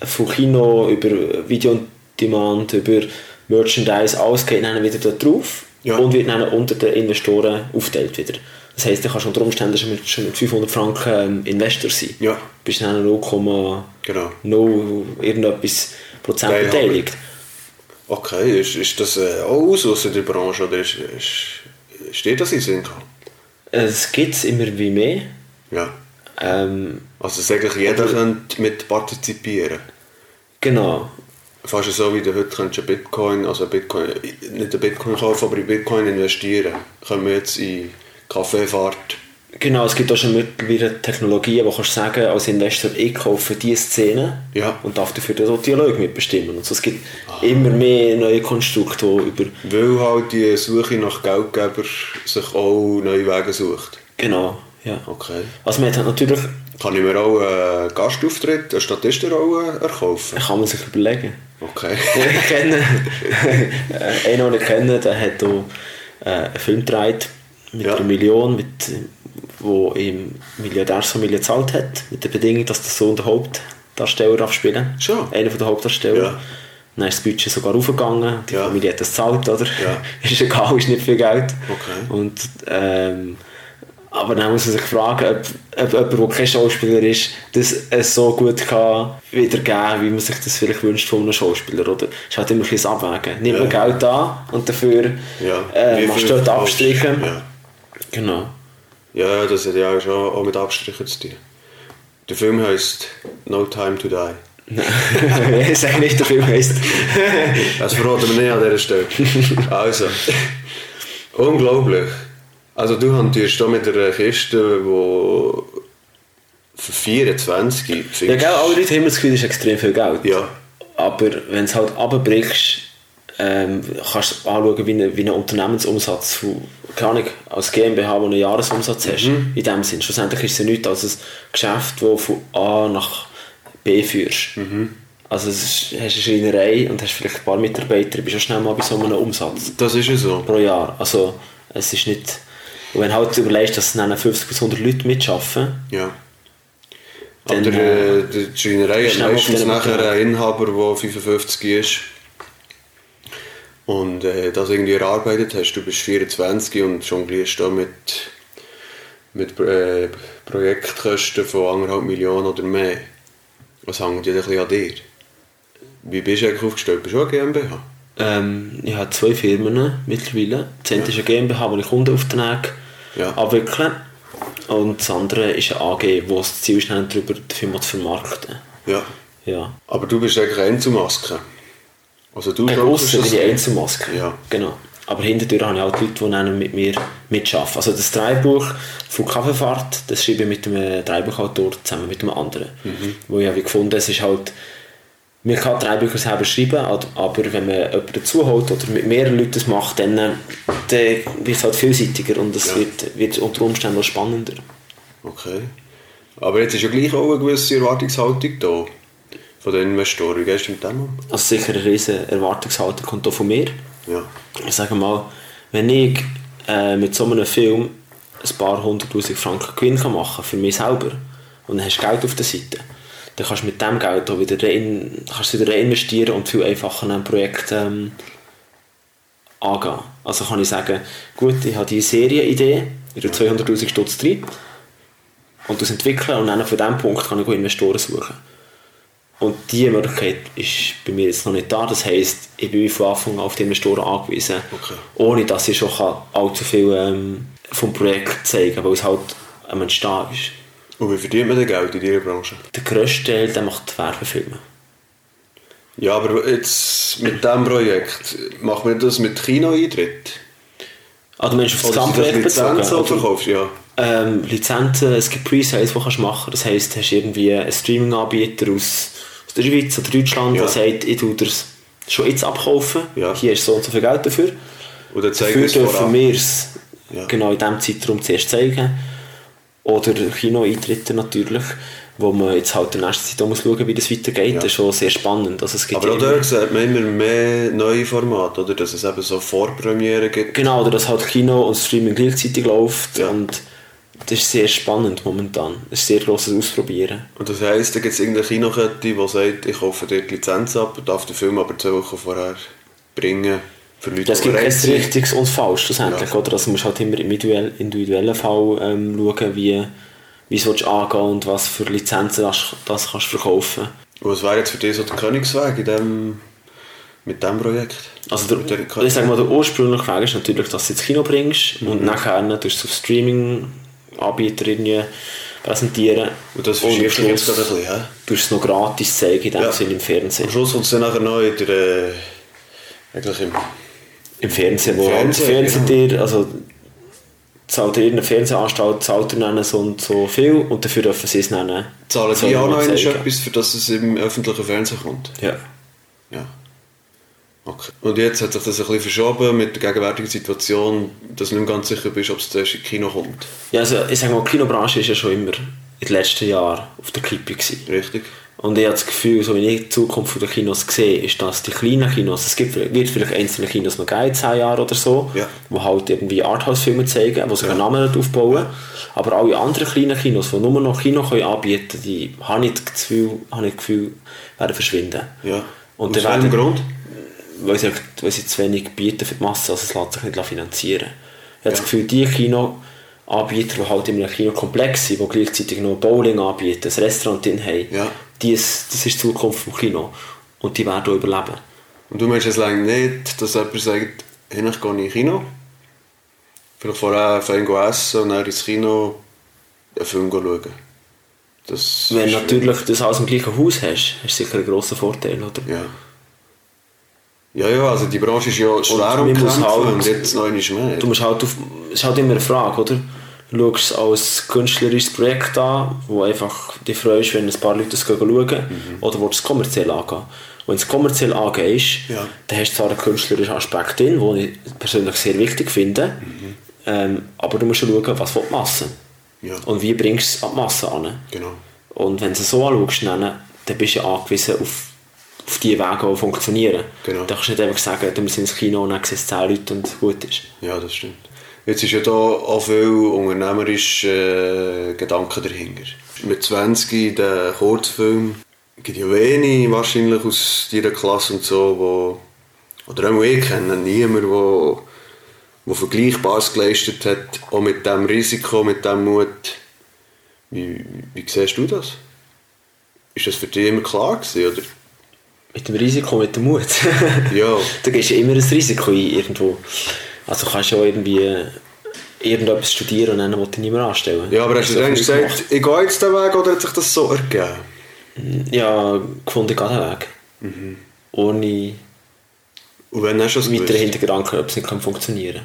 A: von Kino über Video on Demand, über Merchandise, alles geht dann wieder da drauf
B: Ja.
A: und wird dann unter den Investoren aufgeteilt wieder. Das heisst, du kannst unter Umständen schon mit, schon mit 500 Franken ähm, Investor sein.
B: Ja.
A: Bist dann 0,0
B: Genau.
A: irgendetwas Prozent
B: Teilhaber.
A: beteiligt.
B: Okay, ist, ist das äh, auch Ausschuss in der Branche oder ist, ist, steht das in Sinka?
A: Es gibt es immer wie mehr.
B: Ja.
A: Ähm,
B: Also dass eigentlich jeder könnte mit partizipieren.
A: genau.
B: Fast so wie du heute könntest einen Bitcoin, also einen Bitcoin, nicht einen Bitcoin kaufen, aber in Bitcoin investieren. Können wir jetzt in Kaffeefahrt.
A: Genau, es gibt auch schon mittlerweile Technologien, wo kannst du sagen, als Investor, ich kaufe diese Szene
B: Ja.
A: und darf dafür den Dialog mitbestimmen. Und so, es gibt immer mehr neue Konstrukte, die über...
B: Weil halt die Suche nach Geldgeber sich auch neue Wege sucht.
A: Genau, ja.
B: Okay.
A: Also man hat natürlich,
B: Kann ich mir auch einen Gastauftritt, eine Statistenrolle erkaufen?
A: kann man sich überlegen.
B: Okay.
A: Ich kenne, äh, einen, den ich kenne, der hat auch äh, einen Film gedreht mit
B: Ja.
A: einer Million, mit, äh, wo ihm die Milliardärsfamilie gezahlt hat, mit der Bedingung, dass der Sohn der Hauptdarsteller darf spielen
B: Schon?
A: Einer von der Hauptdarsteller.
B: Ja.
A: Dann ist das Budget sogar raufgegangen, die
B: Ja.
A: Familie hat das gezahlt, oder?
B: Ja.
A: ist egal, ist nicht viel Geld.
B: Okay.
A: Und, ähm, aber dann muss man sich fragen, ob, ob jemand, der kein Schauspieler ist, das es so gut kann wiedergeben kann, wie man sich das vielleicht wünscht von einem Schauspieler. Oder? Es ist halt immer ein bisschen das Abwägen. Nimmt man
B: Ja.
A: Geld an und dafür
B: Ja.
A: äh,
B: Wie
A: machst
B: viel
A: du dort
B: verkaufst?
A: Abstriche.
B: Ja.
A: Genau.
B: Ja, das hat ja schon auch mit Abstrichen zu tun. Der Film heisst No Time to Die.
A: ich sage nicht, der Film heisst.
B: Das verraten wir nicht an dieser Stelle. Also, unglaublich. Also du hantierst hier mit einer Kiste, die für 24 findest.
A: ja, gell, alle Leute haben immer das Gefühl, das ist extrem viel Geld.
B: Ja.
A: Aber wenn du es halt runterbrichst, ähm, kannst du anschauen, wie ein wie ein Unternehmensumsatz von, keine Ahnung, als GmbH, wo du einen Jahresumsatz hast, in dem Sinn. Schlussendlich ist es ja nichts als ein Geschäft, das von A nach B führst. Also es ist, hast eine Schreinerei und hast vielleicht ein paar Mitarbeiter, bist ja schnell mal bei so einem Umsatz
B: Das ist ja so.
A: pro Jahr. Also es ist nicht... Und wenn du halt überlegst, dass dann 50 bis 100 Leute mitarbeiten,
B: Ja.
A: Dann,
B: Aber äh, die Schreinerei
A: bist
B: hat
A: du auch auf
B: meistens
A: dieser
B: nachher
A: Marke.
B: einen Inhaber, der 55 ist. Und äh, das irgendwie erarbeitet hast. Du bist 24 und jonglierst da mit, mit äh, Projektkosten von anderthalb Millionen oder mehr. Was hängt ja ein bisschen an dir? Wie bist du eigentlich aufgestellt? Bist du auch GmbH?
A: Ähm, ich habe zwei Firmen mittlerweile. Das eine ist eine GmbH, wo ich Kundenaufträge
B: Ja.
A: abwickle. Und das andere ist eine AG, wo das Ziel ist, dann darüber die Firma zu vermarkten.
B: Ja.
A: Ja.
B: Aber du bist eigentlich Einzelmaske. Also du
A: Gegen
B: jonglierst
A: aussen
B: das-
A: bin ich Einzelmaske.
B: Ja.
A: Genau. Aber hinterdurch habe ich auch Leute, die dann mit mir mitarbeiten. Also das Dreibuch von Kaffeefahrt, das schreibe ich mit einem Dreibuchautor zusammen mit einem anderen.
B: Mhm.
A: Wo ich habe gefunden, es ist halt, man kann Drehbücher selber schreiben, ad- aber wenn man jemanden dazuholt oder mit mehreren Leuten das macht, dann, äh, dann wird es halt vielseitiger und es
B: Ja.
A: wird, wird unter Umständen auch spannender.
B: Okay. Aber jetzt ist ja gleich auch eine gewisse Erwartungshaltung da von den Investoren. Wie gehst du mit dem um?
A: Also sicher eine riesige Erwartungshaltung kommt auch von mir.
B: Ja.
A: ich sage mal, wenn ich äh, mit so einem Film ein paar hunderttausend Franken Gewinn kann machen für mich selber und dann hast du Geld auf der Seite, dann kannst du mit dem Geld auch wieder, rein, kannst du wieder reinvestieren und viel einfacher ein Projekt ähm, angehen. Also kann ich sagen, gut, ich habe diese Serienidee, ich tue 200'000 Stutz rein und das entwickeln und dann von diesem Punkt kann ich auch Investoren suchen. Und diese Möglichkeit ist bei mir jetzt noch nicht da. Das heisst, ich bin von Anfang an auf die Investoren angewiesen,
B: Okay.
A: ohne dass ich schon kann allzu viel ähm, vom Projekt zeigen kann, weil es halt am Entstehen ist.
B: Und wie verdient man denn Geld in dieser Branche?
A: Der grösste Teil der macht Werbefilme.
B: Ja, aber jetzt mit diesem Projekt, macht man das mit Kinoeintritt?
A: Ah, du meinst auf das
B: Oder sind das
A: Gesamtprojekt
B: Lizenzen oder
A: bezogen?
B: verkaufst? Ja.
A: Ähm, Lizenzen, es gibt Presales, die kannst du machen Das heisst, du hast irgendwie einen Streaming-Anbieter aus, aus der Schweiz oder Deutschland,
B: Ja.
A: der sagt, ich tue das schon jetzt abkaufen.
B: Ja.
A: Hier ist so und so viel Geld dafür.
B: Und dann zeigen
A: Dafür
B: wir es
A: dürfen
B: vorab.
A: wir es
B: Ja.
A: genau in diesem Zeitraum zuerst zeigen. Oder Kinoeintritte natürlich, wo man jetzt halt in der nächsten Zeit auch muss schauen wie das weitergeht. Das ist schon sehr spannend. Also es gibt
B: Aber
A: ja
B: auch
A: immer-
B: dort sieht man immer mehr neue Formate, oder? Dass es eben so Vorpremiere gibt.
A: Genau, oder dass halt Kino und Streaming gleichzeitig läuft.
B: Ja.
A: Und das ist sehr spannend momentan. Das ist ein sehr grosses Ausprobieren.
B: Und das heisst, da gibt es irgendeine Kinokette, die sagt, ich kaufe dir die Lizenz ab, darf den Film aber zwei Wochen vorher bringen. Für Leute,
A: Das
B: die
A: gibt kein
B: bereit sind.
A: richtiges und falsch schlussendlich, oder? Also man muss halt immer im individuell- individuellen Fall ähm, schauen, wie, wie es willst du angehen und was für Lizenzen das, das kannst du verkaufen.
B: Und was wäre jetzt für dich so der Königsweg in dem, mit diesem Projekt?
A: Also
B: mit
A: der,
B: dieser
A: ich sag mal, der ursprüngliche Weg ist natürlich, dass du ins Kino bringst
B: Mhm.
A: und nachher tust du es auf Streaming-Anbieter irgendwie präsentieren.
B: Und das
A: am
B: verschiebt sich jetzt
A: Schluss
B: gerade ein bisschen, hä?
A: tust du es noch gratis zeigen, in dem
B: Ja.
A: Sinne im Fernsehen.
B: Am Schluss kommt es dann nachher noch in der... Äh, eigentlich im...
A: Im Fernsehen, wo
B: Fernsehen, genau.
A: halt Fernsehen dir, also zahlt dir irgendeine Fernsehanstalt, zahlt dir dann so und so viel und dafür dürfen sie es nennen.
B: Zahlen die auch noch einmal
A: etwas?
B: etwas, für das es im öffentlichen Fernsehen kommt?
A: Ja.
B: Ja. Okay. Und jetzt hat sich das ein bisschen verschoben mit der gegenwärtigen Situation, dass du nicht mehr ganz sicher bist, ob es zuerst ins Kino kommt.
A: ja, also ich sag mal, die Kinobranche ist ja schon immer in den letzten Jahren auf der Kippe gewesen.
B: Richtig?
A: Und ich habe das Gefühl, so wie ich die Zukunft der Kinos sehe, ist, dass die kleinen Kinos, es gibt, wird vielleicht einzelne Kinos noch geben in 10 Jahren oder so,
B: Ja.
A: wo halt irgendwie Arthouse-Filme zeigen, die sich
B: Ja.
A: einen Namen aufbauen. Aber alle anderen kleinen Kinos, die nur noch Kino können anbieten können, die habe ich das Gefühl, habe ich das Gefühl werden verschwinden.
B: Ja.
A: Und
B: Aus
A: dann werden-
B: welchem Grund?
A: weil sie, einfach- weil sie zu wenig bieten für die Masse, also es lässt sich nicht finanzieren. Ich habe das Gefühl, die Kinoanbieter, die halt in einem Kinokomplex sind, die gleichzeitig noch Bowling anbieten, ein Restaurant drin haben,
B: Ja.
A: die ist, das ist die Zukunft vom Kino. Und die werden auch überleben.
B: Und du meinst es lange nicht, dass jemand sagt, hey, ich gehe ins Kino. Vielleicht vorher fein gehen essen und dann ins Kino einen Film schauen. Das
A: Wenn
B: ist-
A: natürlich das alles im gleichen Haus hast, hast du sicher einen grossen Vorteil, oder?
B: Ja. Ja, ja, also die Branche ist ja schwer
A: man muss
B: umkämpft
A: halt-
B: und jetzt noch einmal mehr.
A: Du musst halt auf, es ist halt immer eine Frage, oder? Du schaust es als künstlerisches Projekt an, wo einfach dich freust, wenn ein paar Leute es schauen,
B: Mhm.
A: oder willst du es kommerziell angehen? Wenn du es kommerziell angehst,
B: Ja.
A: dann hast du zwar einen künstlerischen Aspekt drin, den ich persönlich sehr wichtig finde,
B: Mhm.
A: ähm, aber du musst ja schauen, was will die Masse
B: Ja.
A: und wie bringst du es an die Masse an.
B: Genau.
A: Und wenn du es so anschaust, dann, dann bist du ja angewiesen auf, auf die Wege, die funktionieren.
B: Genau.
A: Da kannst du nicht einfach sagen, du musst ins Kino und dann siehst du 10 Leute und gut ist.
B: Ja, das stimmt. Jetzt ist ja da auch viel unternehmerische äh, Gedanken dahinter. Mit 20 der Kurzfilm gibt ja wenig wahrscheinlich aus dieser Klasse und so, wo oder auch ich kenne niemand, wo, wo Vergleichbares geleistet hat, auch mit dem Risiko, mit dem Mut. Wie, wie siehst du das? Ist das für dich immer klar gewesen, oder?
A: Mit dem Risiko, mit dem Mut.
B: Ja.
A: du gehst ja immer ein Risiko ein irgendwo. Also kannst du ja irgendwie äh, irgendetwas studieren und dann will dich niemand anstellen.
B: Ja, aber hast du dir eigentlich
A: so viel
B: gesagt, ich gehe jetzt den Weg oder hat sich das so ergeben?
A: gemacht. Ja, gefunden geht der Weg. Ohne
B: Und wenn hast Mhm. du das
A: weiteren
B: gewusst?
A: Hintergedanken, ob es nicht kann funktionieren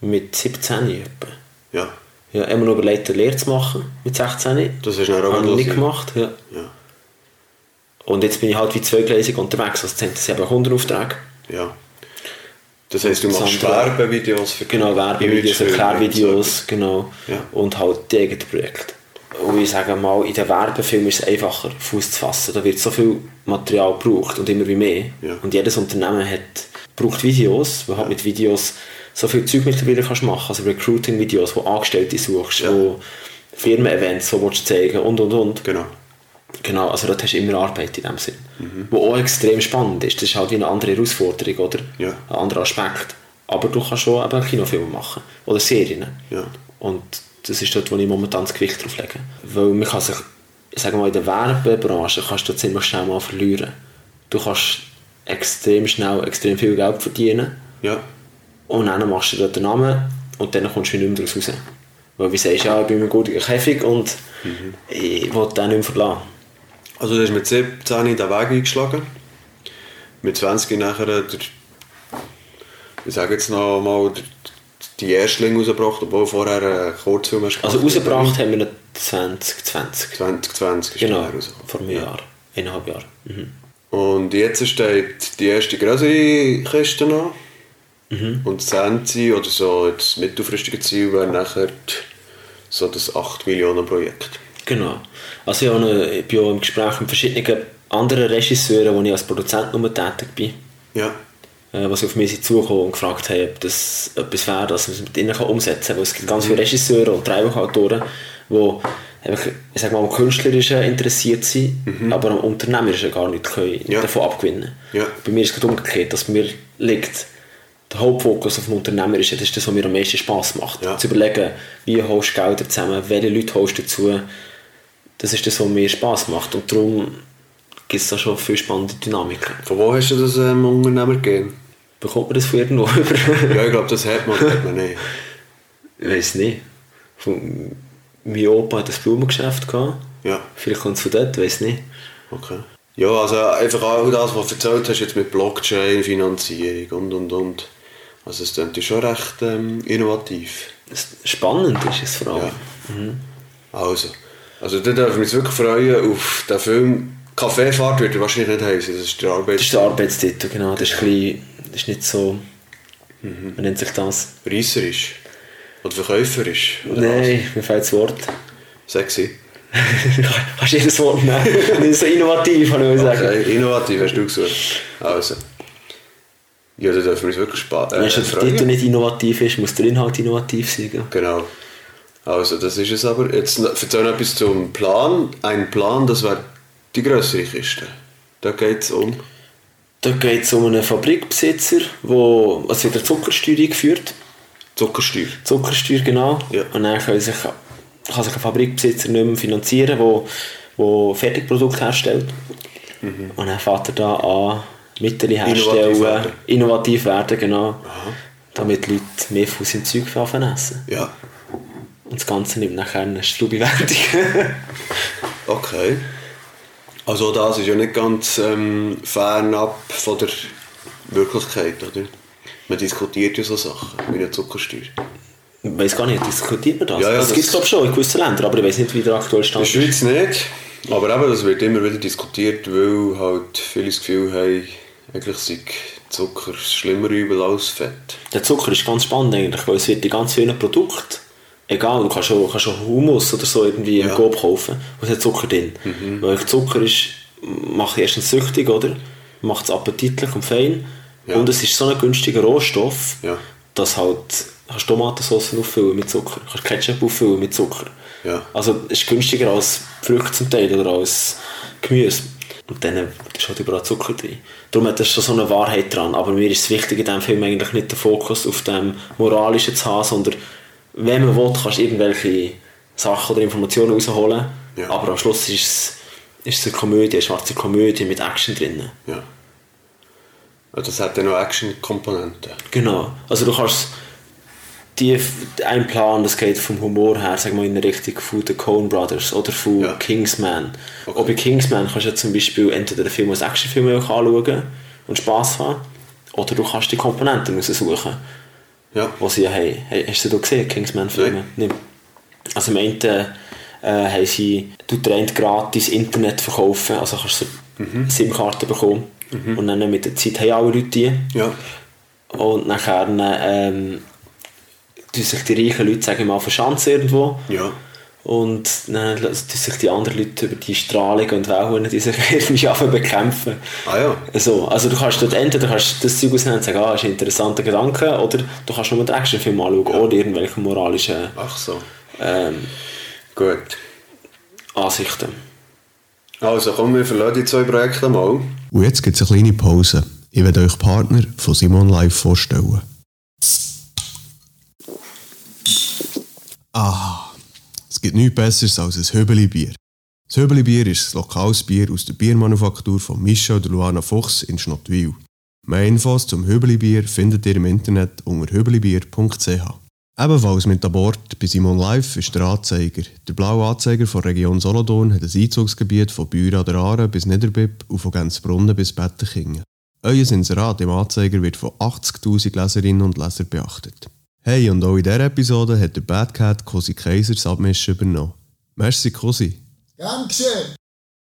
A: kann. Mit 17 etwa.
B: Ja.
A: Ja, immer noch überlegt, eine Lehre zu machen, mit 16.
B: Das hast du dann auch
A: Habe ich
B: noch
A: nicht
B: sein.
A: gemacht, ja.
B: Ja,
A: Und jetzt bin ich halt wie zweigleisig unterwegs, also jetzt haben sie eben Kundenaufträge.
B: ja. Das heisst, du
A: Das
B: machst
A: andere-
B: Werbevideos für
A: Genau, Werbevideos,
B: Imagefilme und
A: Erklärvideos, genau.
B: Ja.
A: Und halt die eigenen Projekte. Und ich sage mal, in den Werbefilmen ist es einfacher, Fuß zu fassen. Da wird so viel Material gebraucht und immer wie mehr.
B: Ja.
A: Und jedes Unternehmen hat, braucht Videos, weil halt mit Videos so viel Zeug mittlerweile kannst du machen. Also Recruiting-Videos, wo Angestellte suchst,
B: Ja.
A: wo Firmen-Events, die willst du zeigen und und und.
B: so. Genau.
A: Genau, also dort hast du immer Arbeit in dem Sinn. Wo auch extrem spannend ist. Das ist halt wie eine andere Herausforderung, oder?
B: Ja.
A: Ein anderer Aspekt. Aber du kannst schon eben Kinofilme machen. Oder Serien.
B: Ja.
A: Und das ist dort, wo ich momentan das Gewicht drauf lege. Weil man kann sich, ich sage mal, in der Werbebranche kannst du ziemlich schnell mal verlieren. Du kannst extrem schnell extrem viel Geld verdienen.
B: Ja.
A: Und dann machst du dort den Namen und dann kommst du wieder nicht mehr daraus raus. Weil wie sagst du, ja, ich bin mir gut Käfig und
B: Mhm.
A: ich will den nicht mehr verlassen.
B: Also du hast mit 17 den Weg eingeschlagen. Mit 20 nachher äh, der, ich sage jetzt noch mal, der, die Erstling rausgebracht, obwohl vorher äh, einen Kurzfilm hast
A: Also
B: gemacht.
A: rausgebracht haben wir ihn 2020.
B: 2020 ist
A: Genau,
B: der rausgekommen.
A: vor einem Jahr. Eineinhalb Jahre. Mhm.
B: Und jetzt steht die erste Grasikiste an. Und das Ende oder so das mittelfristige Ziel wäre nachher die- so das 8 Millionen Projekt.
A: Genau. Also ich, habe eine, ich bin auch im Gespräch mit verschiedenen anderen Regisseuren, wo ich als Produzent nur tätig bin,
B: Ja.
A: äh, was auf mich zugekommen und gefragt haben, ob das etwas wäre, dass man es mit ihnen kann umsetzen kann. Weil es gibt ganz viele Regisseure und Drehbuchautoren, die einfach, ich sag mal, am Künstlerischen interessiert sind, aber am Unternehmerischen gar nicht können
B: Mhm. Ja.
A: davon abgewinnen
B: Ja.
A: Bei mir ist es gerade umgekehrt, dass mir liegt der Hauptfokus auf dem Unternehmerischen, das ist das, was mir am meisten Spass macht.
B: Ja.
A: Zu überlegen, wie holst du Gelder zusammen, welche Leute holst du dazu, das ist das, was mir Spass macht. Und darum gibt es da schon viel spannende Dynamiken.
B: Von wo hast du das ähm, Unternehmer gegeben?
A: Bekommt man das von irgendwo über?
B: Ja, ich glaube, das hat man, das hat man nicht.
A: Ich weiß nicht. Von, mein Opa hat ein Blumengeschäft gehabt.
B: Ja.
A: Vielleicht kommt es von dort, weiß nicht.
B: Okay. Ja, also einfach auch das, was du erzählt hast, jetzt mit Blockchain, Finanzierung und und und. Also es klingt schon recht ähm, innovativ.
A: Es- Spannend ist es vor allem.
B: Also, also da dürfen wir uns wirklich freuen auf den Film. Kaffeefahrt wird er wahrscheinlich nicht heißen, das ist die Arbeit.
A: Das ist der Arbeitstitel, genau. Das ist, ein bisschen, das ist nicht so. Man nennt sich das.
B: Reisserisch. Oder verkäuferisch. Oder
A: Nein, mir fehlt das Wort.
B: was? Sexy.
A: Hast du jedes Wort nehmen? Nicht so innovativ, kann ich mal sagen.
B: Okay, innovativ hast du gesucht. Also. Ja, da dürfen wir uns wirklich äh, sparen.
A: Wenn schon der Titel nicht innovativ ist, muss der Inhalt innovativ sein. gell?
B: Genau. Also, das ist es aber. Jetzt noch- erzähl noch etwas zum Plan. Ein Plan, das wäre die größere Kiste. Da geht es um.
A: Da geht es um einen Fabrikbesitzer, der also wieder Zuckersteuer eingeführt
B: Zuckersteuer.
A: Zuckersteuer, genau.
B: Ja.
A: Und dann kann sich, kann sich ein Fabrikbesitzer nicht mehr finanzieren, wo, wo Fertigprodukte herstellt. Und dann fängt er da an, Mittel herstellen,
B: Mhm. werden.
A: innovativ werden, genau. Damit die Leute mehr von seinem Zeug anfangen zu essen.
B: Ja.
A: Und das Ganze nimmt nachher eine Strubi-Wertung.
B: Okay. Also, auch das ist ja nicht ganz ähm, fernab von der Wirklichkeit, oder? Man diskutiert ja so Sachen wie eine Zuckersteuer.
A: ich weiß gar nicht, diskutiert man das?
B: Ja, ja,
A: das
B: das-
A: gibt es glaube schon in gewissen Ländern, aber ich weiß nicht, wie der aktuelle
B: In
A: Stand
B: der Schweiz nicht, aber eben, das wird immer wieder diskutiert, weil halt viele das Gefühl haben, eigentlich sei Zucker das schlimmere Übel als Fett.
A: Der Zucker ist ganz spannend eigentlich, weil es wird in ganz vielen Produkten, egal, du kannst schon, kannst schon Hummus oder so irgendwie im Coop kaufen, und es hat Zucker drin.
B: Mhm.
A: Weil Zucker ist, macht erstens süchtig, oder? Macht es appetitlich und fein.
B: Ja.
A: Und es ist so ein günstiger Rohstoff,
B: Ja.
A: dass halt kannst Tomatensauce auffüllen mit Zucker, kannst Ketchup auffüllen mit Zucker.
B: Ja.
A: Also es ist günstiger als Früchte zum Teil oder als Gemüse. Und dann ist halt überall Zucker drin. Darum hat das schon so eine Wahrheit dran. Aber mir ist es wichtig in diesem Film eigentlich nicht den Fokus auf dem Moralischen zu haben, sondern wenn man will, kannst du irgendwelche Sachen oder Informationen rausholen.
B: Ja.
A: Aber am Schluss ist es, ist es eine Komödie, eine schwarze Komödie mit Action drin.
B: Ja. Und Das hat dann noch Action-Komponenten.
A: Genau. Also du kannst die ein Plan, das geht vom Humor her, sagen wir in der Richtung von The Coen Brothers oder von
B: Ja.
A: Kingsman.
B: Okay.
A: Und bei Kingsman kannst du ja zum Beispiel entweder den Film als Actionfilm auch anschauen und Spass haben, oder du kannst die Komponenten raussuchen,
B: Ja.
A: die sie ja haben. Hey, Hast du den gesehen, Kingsman-Filme?
B: Nein.
A: Nein. Also im einen äh, haben sie, du trend gratis Internet verkaufen, also kannst du so
B: Mhm.
A: SIM-Karte bekommen und dann mit der Zeit haben alle Leute die.
B: Ja.
A: Und nachher ähm, tun sich die reichen Leute, sage ich mal, verschanzen irgendwo.
B: Ja.
A: Und dann tun sich die anderen Leute über die Strahlung und Wellen, die sich irgendwie anfangen bekämpfen.
B: Ah ja.
A: So, also du kannst dort entweder kannst du das Zeug ausnehmen und sagen, ah, ist ein interessanter Gedanke, oder du kannst nur den Actionfilm anschauen, oder irgendwelche moralischen
B: Ach so.
A: ähm,
B: Gut.
A: Ansichten.
B: Also kommen wir verlassen die zwei Projekte mal.
C: Und jetzt gibt es eine kleine Pause. Ich werde euch Partner von Simon Live vorstellen. Ah, es gibt nichts Besseres als ein Höbeli-Bier. Das Höbeli-Bier ist ein lokales Bier aus der Biermanufaktur von Michel und Luana Fuchs in Schnottwil. Mehr Infos zum Höbeli-Bier findet ihr im Internet unter höbelibier.ch. Ebenfalls mit an Bord bei Simon Live ist der Anzeiger. Der blaue Anzeiger von Region Solothurn hat ein Einzugsgebiet von Büra an der Aare bis Niederbipp und von Gänzbrunnen bis Bettenkingen. Euer Inserat im Anzeiger wird von 80'000 Leserinnen und Lesern beachtet. Hey, und auch in dieser Episode hat der Bad Cat Cosi Kaiser das Abmischen übernommen. Merci Cosi.
E: Gern geschehen.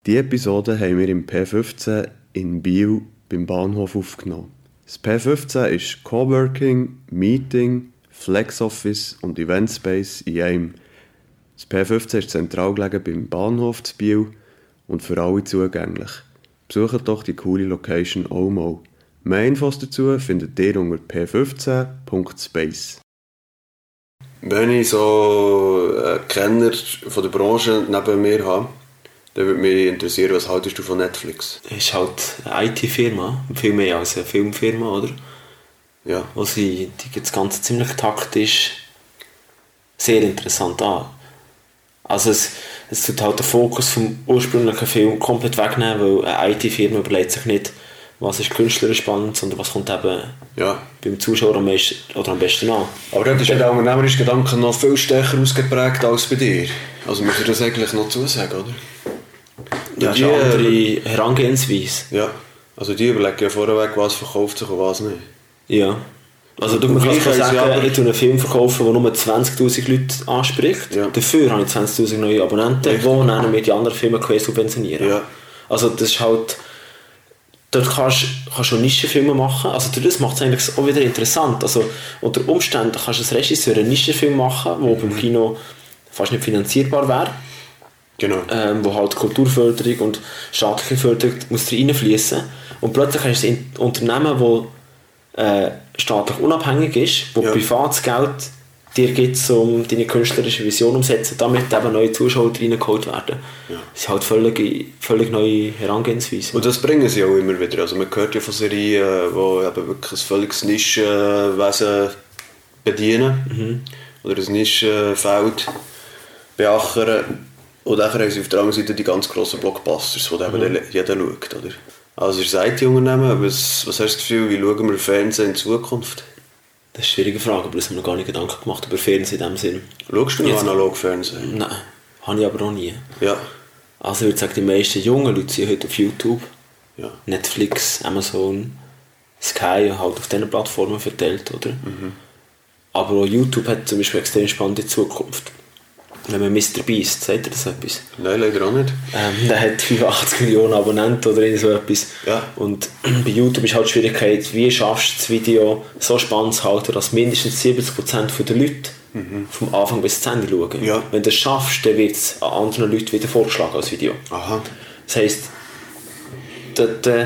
D: Die Episode haben wir im P15 in Biel beim Bahnhof aufgenommen. Das P15 ist Coworking, Meeting, Flex Office und Event Space in einem. Das P15 ist zentral gelegen beim Bahnhof zu Biel und für alle zugänglich. Besucht doch die coole Location auch mal. Mehr Infos dazu findet ihr unter p15.space.
B: Wenn ich so einen Kenner von der Branche neben mir habe, dann würde mich interessieren, was haltest du von Netflix?
A: ist halt eine IT-Firma, viel mehr als eine Filmfirma, oder?
B: Ja.
A: Wo sie die- das Ganze ziemlich taktisch sehr interessant an. Also es, es tut halt den Fokus vom ursprünglichen Film komplett wegnehmen, weil eine IT-Firma überlegt sich nicht, was ist künstlerisch spannend, sondern was kommt eben
B: ja.
A: beim Zuschauer am meisten oder am besten an.
B: Aber dort ist ja der unternehmerische Gedanke noch viel stärker ausgeprägt als bei dir. Also muss ich das eigentlich noch zusagen, oder?
A: Das ist
B: die-
A: eine andere Herangehensweise.
B: Ja. Also die überlegen ja vorweg, was verkauft sich und was nicht.
A: Ja. Also du
B: Und
A: kannst
B: gleich
A: sagen,
B: ist ja aber-
A: ich tue einen Film verkaufen, der nur 20'000 Leute anspricht.
B: Ja.
A: Dafür habe ich 20'000 neue Abonnenten, die dann mit die anderen Filme quer subventionieren.
B: Ja.
A: Also das ist halt... Dort kannst du schon Nischenfilme machen. Also durch das macht es eigentlich auch wieder interessant. Also unter Umständen kannst du als Regisseur einen Nischenfilm machen, der beim Kino fast nicht finanzierbar wäre
B: Genau.
A: ähm, wo halt Kulturförderung und staatliche Förderung muss da reinfließen und plötzlich hast du ein Unternehmen, wo äh, staatlich unabhängig ist, wo
B: Ja.
A: privates Geld dir gibt, um deine künstlerische Vision umzusetzen, damit eben neue Zuschauer reingeholt werden. Das ist halt völlig, völlig neue Herangehensweise.
B: Und das bringen sie auch immer wieder. Also man hört ja von Serien, die eben wirklich ein völliges Nischenwesen
A: Mhm.
B: bedienen oder ein Nischenfeld beachern. Und dann haben sie auf der anderen Seite die ganz grossen Blockbusters, die
A: Mhm.
B: eben jeder schaut. Oder? Also ihr seid die Unternehmen, was, was hast du das Gefühl, wie schauen wir Fernsehen in Zukunft?
A: Das ist eine schwierige Frage, aber das haben wir noch gar nicht Gedanken gemacht über Fernsehen in dem Sinn.
B: Schaust du noch
A: Jetzt-
B: analog Fernsehen?
A: Nein, habe ich aber noch nie.
B: Ja.
A: Also ich würde sagen, die meisten jungen Leute sind heute auf YouTube.
B: ja.
A: Netflix, Amazon, Sky halt auf diesen Plattformen verteilt, oder?
B: Mhm.
A: Aber auch YouTube hat zum Beispiel eine extrem spannende Zukunft. Wenn man Mr. Beast, sagt er das etwas?
B: Nein, leider auch nicht.
A: Ähm, der hat 85 Millionen Abonnenten oder irgend so etwas.
B: Ja.
A: Und bei YouTube ist halt die Schwierigkeit, wie schaffst du das Video so spannend zu halten, dass mindestens 70% der Leute vom Anfang bis zum Ende schauen.
B: Mhm. Ja.
A: Wenn du das schaffst, dann wird es an anderen Leuten wieder vorgeschlagen als Video.
B: Aha.
A: Das heisst, dort, äh,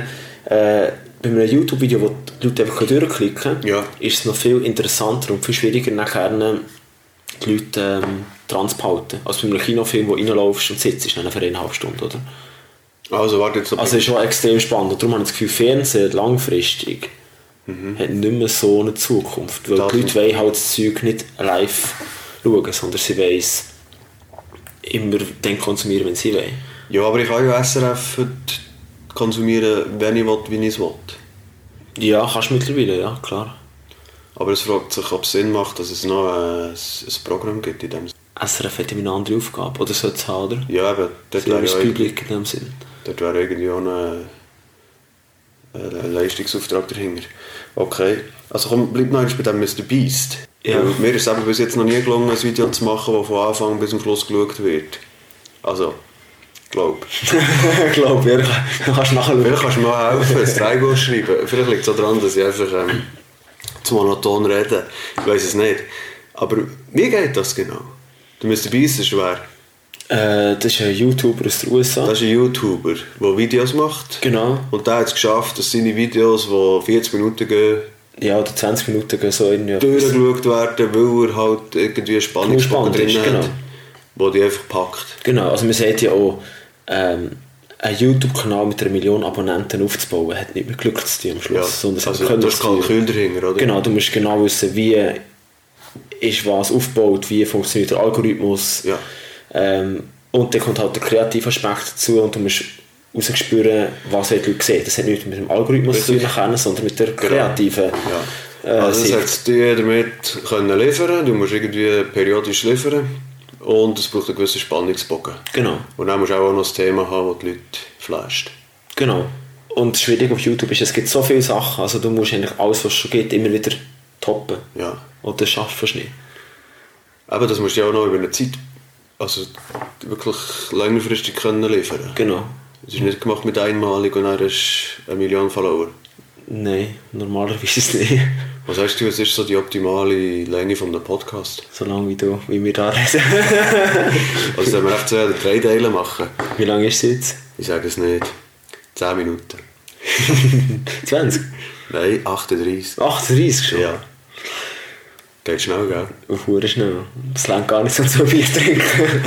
A: äh, bei einem YouTube-Video, wo die Leute einfach durchklicken können,
B: Ja.
A: ist es noch viel interessanter und viel schwieriger, nachher äh, die Leute ähm, dran zu behalten. Als bei einem Kinofilm, wo du reinläufst und sitzt, dann für eineinhalb Stunden. Oder?
B: Also warte jetzt.
A: Also ist schon extrem spannend. Und darum habe ich das Gefühl, Fernsehen langfristig hat nicht mehr so eine Zukunft. Weil
B: Das-
A: die Leute wollen halt das Zeug nicht live schauen, sondern sie wollen es immer dann konsumieren, wenn sie wollen.
B: ja, aber ich kann ja SRF heute konsumieren, wenn ich will, wie ich es will.
A: Ja, kannst du mittlerweile, ja, klar.
B: Aber es fragt sich, ob es Sinn macht, dass es noch äh, ein, ein Programm gibt in dem Sinne.
A: SRF hat immer eine andere Aufgabe, oder sollte es haben, oder?
B: Ja, aber dort
A: Sie haben
B: wäre
A: das
B: ja irg-
A: Publikum in dem Sinn.
B: dort wäre irgendwie auch ein, ein Leistungsauftrag dahinter. Okay, also komm, bleib noch einmal bei dem Mr. Beast.
A: Ja.
B: Weil Mir ist es eben bis jetzt noch nie gelungen, ein Video zu machen, das von Anfang bis zum Schluss geschaut wird. Also, glaub.
A: ich glaube, ja, kann- kannst du nachschauen.
B: Vielleicht kannst du mir auch helfen, ein Dreigoal schreiben. Vielleicht liegt es auch daran, dass ich einfach ähm, zu monoton rede. Ich weiß es nicht. Aber wie geht das genau? Du müsst dabei sein, schwer.
A: Äh, das ist ein YouTuber aus den USA.
B: Das ist ein YouTuber, der Videos macht.
A: genau.
B: Und der hat es geschafft, dass seine Videos, die 40 Minuten gehen,
A: Ja, oder 20 Minuten gehen so irgendwie. etwas.
B: durchgeschaut werden, weil er halt irgendwie Spannungsbogen
A: Spannend
B: drin
A: ist,
B: hat,
A: genau.
B: wo die einfach packt.
A: Genau, also man sieht ja auch, ähm, einen YouTube-Kanal mit einer Million Abonnenten aufzubauen, hat nicht mehr Glück zu tun am Schluss.
B: Ja.
A: sondern es hat
B: Also,
A: Können
B: das ist
A: zu tun.
B: Kalkül dahinter, oder?
A: Genau, du musst genau wissen, wie ist was aufgebaut, wie funktioniert der Algorithmus.
B: Ja.
A: Ähm, und dann kommt halt der kreative Aspekt dazu und du musst rausspüren, was die Leute sehen. Das hat nichts mit dem Algorithmus zu tun, nachher, sondern mit der kreativen
B: Genau. Ja.
A: äh,
B: also das
A: Sicht.
B: hättest du damit können liefern Du musst irgendwie periodisch liefern. Und es braucht einen gewissen Spannungsbogen.
A: Genau.
B: Und dann musst du auch noch ein Thema haben, das die Leute flasht.
A: Genau. Und das Schwierige auf YouTube ist, es gibt so viele Sachen, also du musst eigentlich alles, was es schon gibt, immer wieder toppen.
B: Ja.
A: Und das schaffst du nicht.
B: Aber das musst du ja auch noch über eine Zeit, also wirklich längerfristig können liefern.
A: Genau.
B: Es ist nicht gemacht mit einmalig und dann hast du eine Million Follower.
A: Nein, normalerweise nicht.
B: Was sagst du, was ist so die optimale Länge von einem Podcast?
A: So lange wie du, wie wir da reden.
B: Also sollen wir echt zwei oder drei Teile machen?
A: Wie lange ist es jetzt?
B: Ich sage es nicht. 10 Minuten.
A: 20?
B: Nein, 38.
A: 38 schon?
B: Ja. Geht schnell, gell?
A: Auf Uhr schnell. Das langt gar nicht, um zwei Bier zu trinken.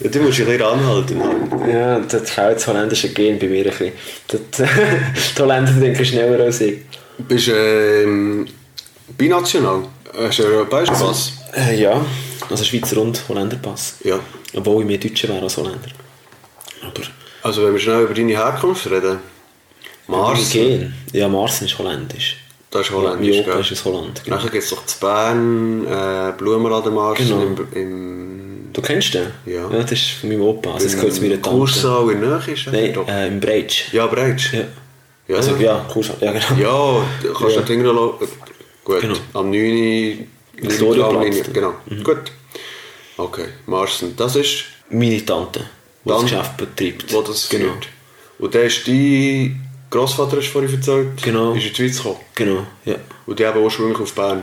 B: Ja, du musst dich ein bisschen anhalten.
A: ja, das fehlt das holländische Gen bei mir ein bisschen. Das, die Holländer denken schneller als ich.
B: Du bist ähm, binational. Hast du einen europäischen Pass?
A: Äh, ja, also Schweizer und Holländerpass.
B: Ja.
A: Obwohl ich mehr Deutscher wäre als Holländer. Aber
B: Also wenn wir schnell über deine Herkunft reden.
A: Marsen.
B: Mars,
A: Gen. Ja, Marsen ist holländisch.
B: das ist
A: Wie
B: holländisch,
A: Opa
B: gell?
A: ist aus Holland. Genau.
B: Nachher gibt es noch zu Bern, äh, Blumenladen Marsen
A: Genau.
B: im, im
A: Du kennst den?
B: Ja.
A: Das ist von meinem Opa. Also, das gehört zu meiner Tante.
B: Kursau in der Nähe ist er
A: Nein,
B: doch.
A: äh, im Breitsch.
B: Ja, Breitsch.
A: Ja.
B: Ja,
A: Also, ja, Kursau. Ja, genau.
B: Ja, du kannst
A: Ja.
B: ja. den Ding noch Gut,
A: Genau.
B: am 9.
A: Am Storioplatz.
B: Linie, Genau,
A: Mhm.
B: gut. Okay, Marsen, das ist,
A: Meine Tante, die das
B: Dann-
A: Geschäft betreibt.
B: wo das
A: genau.
B: führt. Und der ist dein Grossvater, hast du vorhin erzählt,
A: Genau.
B: ist in die Schweiz gekommen.
A: Genau, ja.
B: Und die eben ursprünglich auf Bern.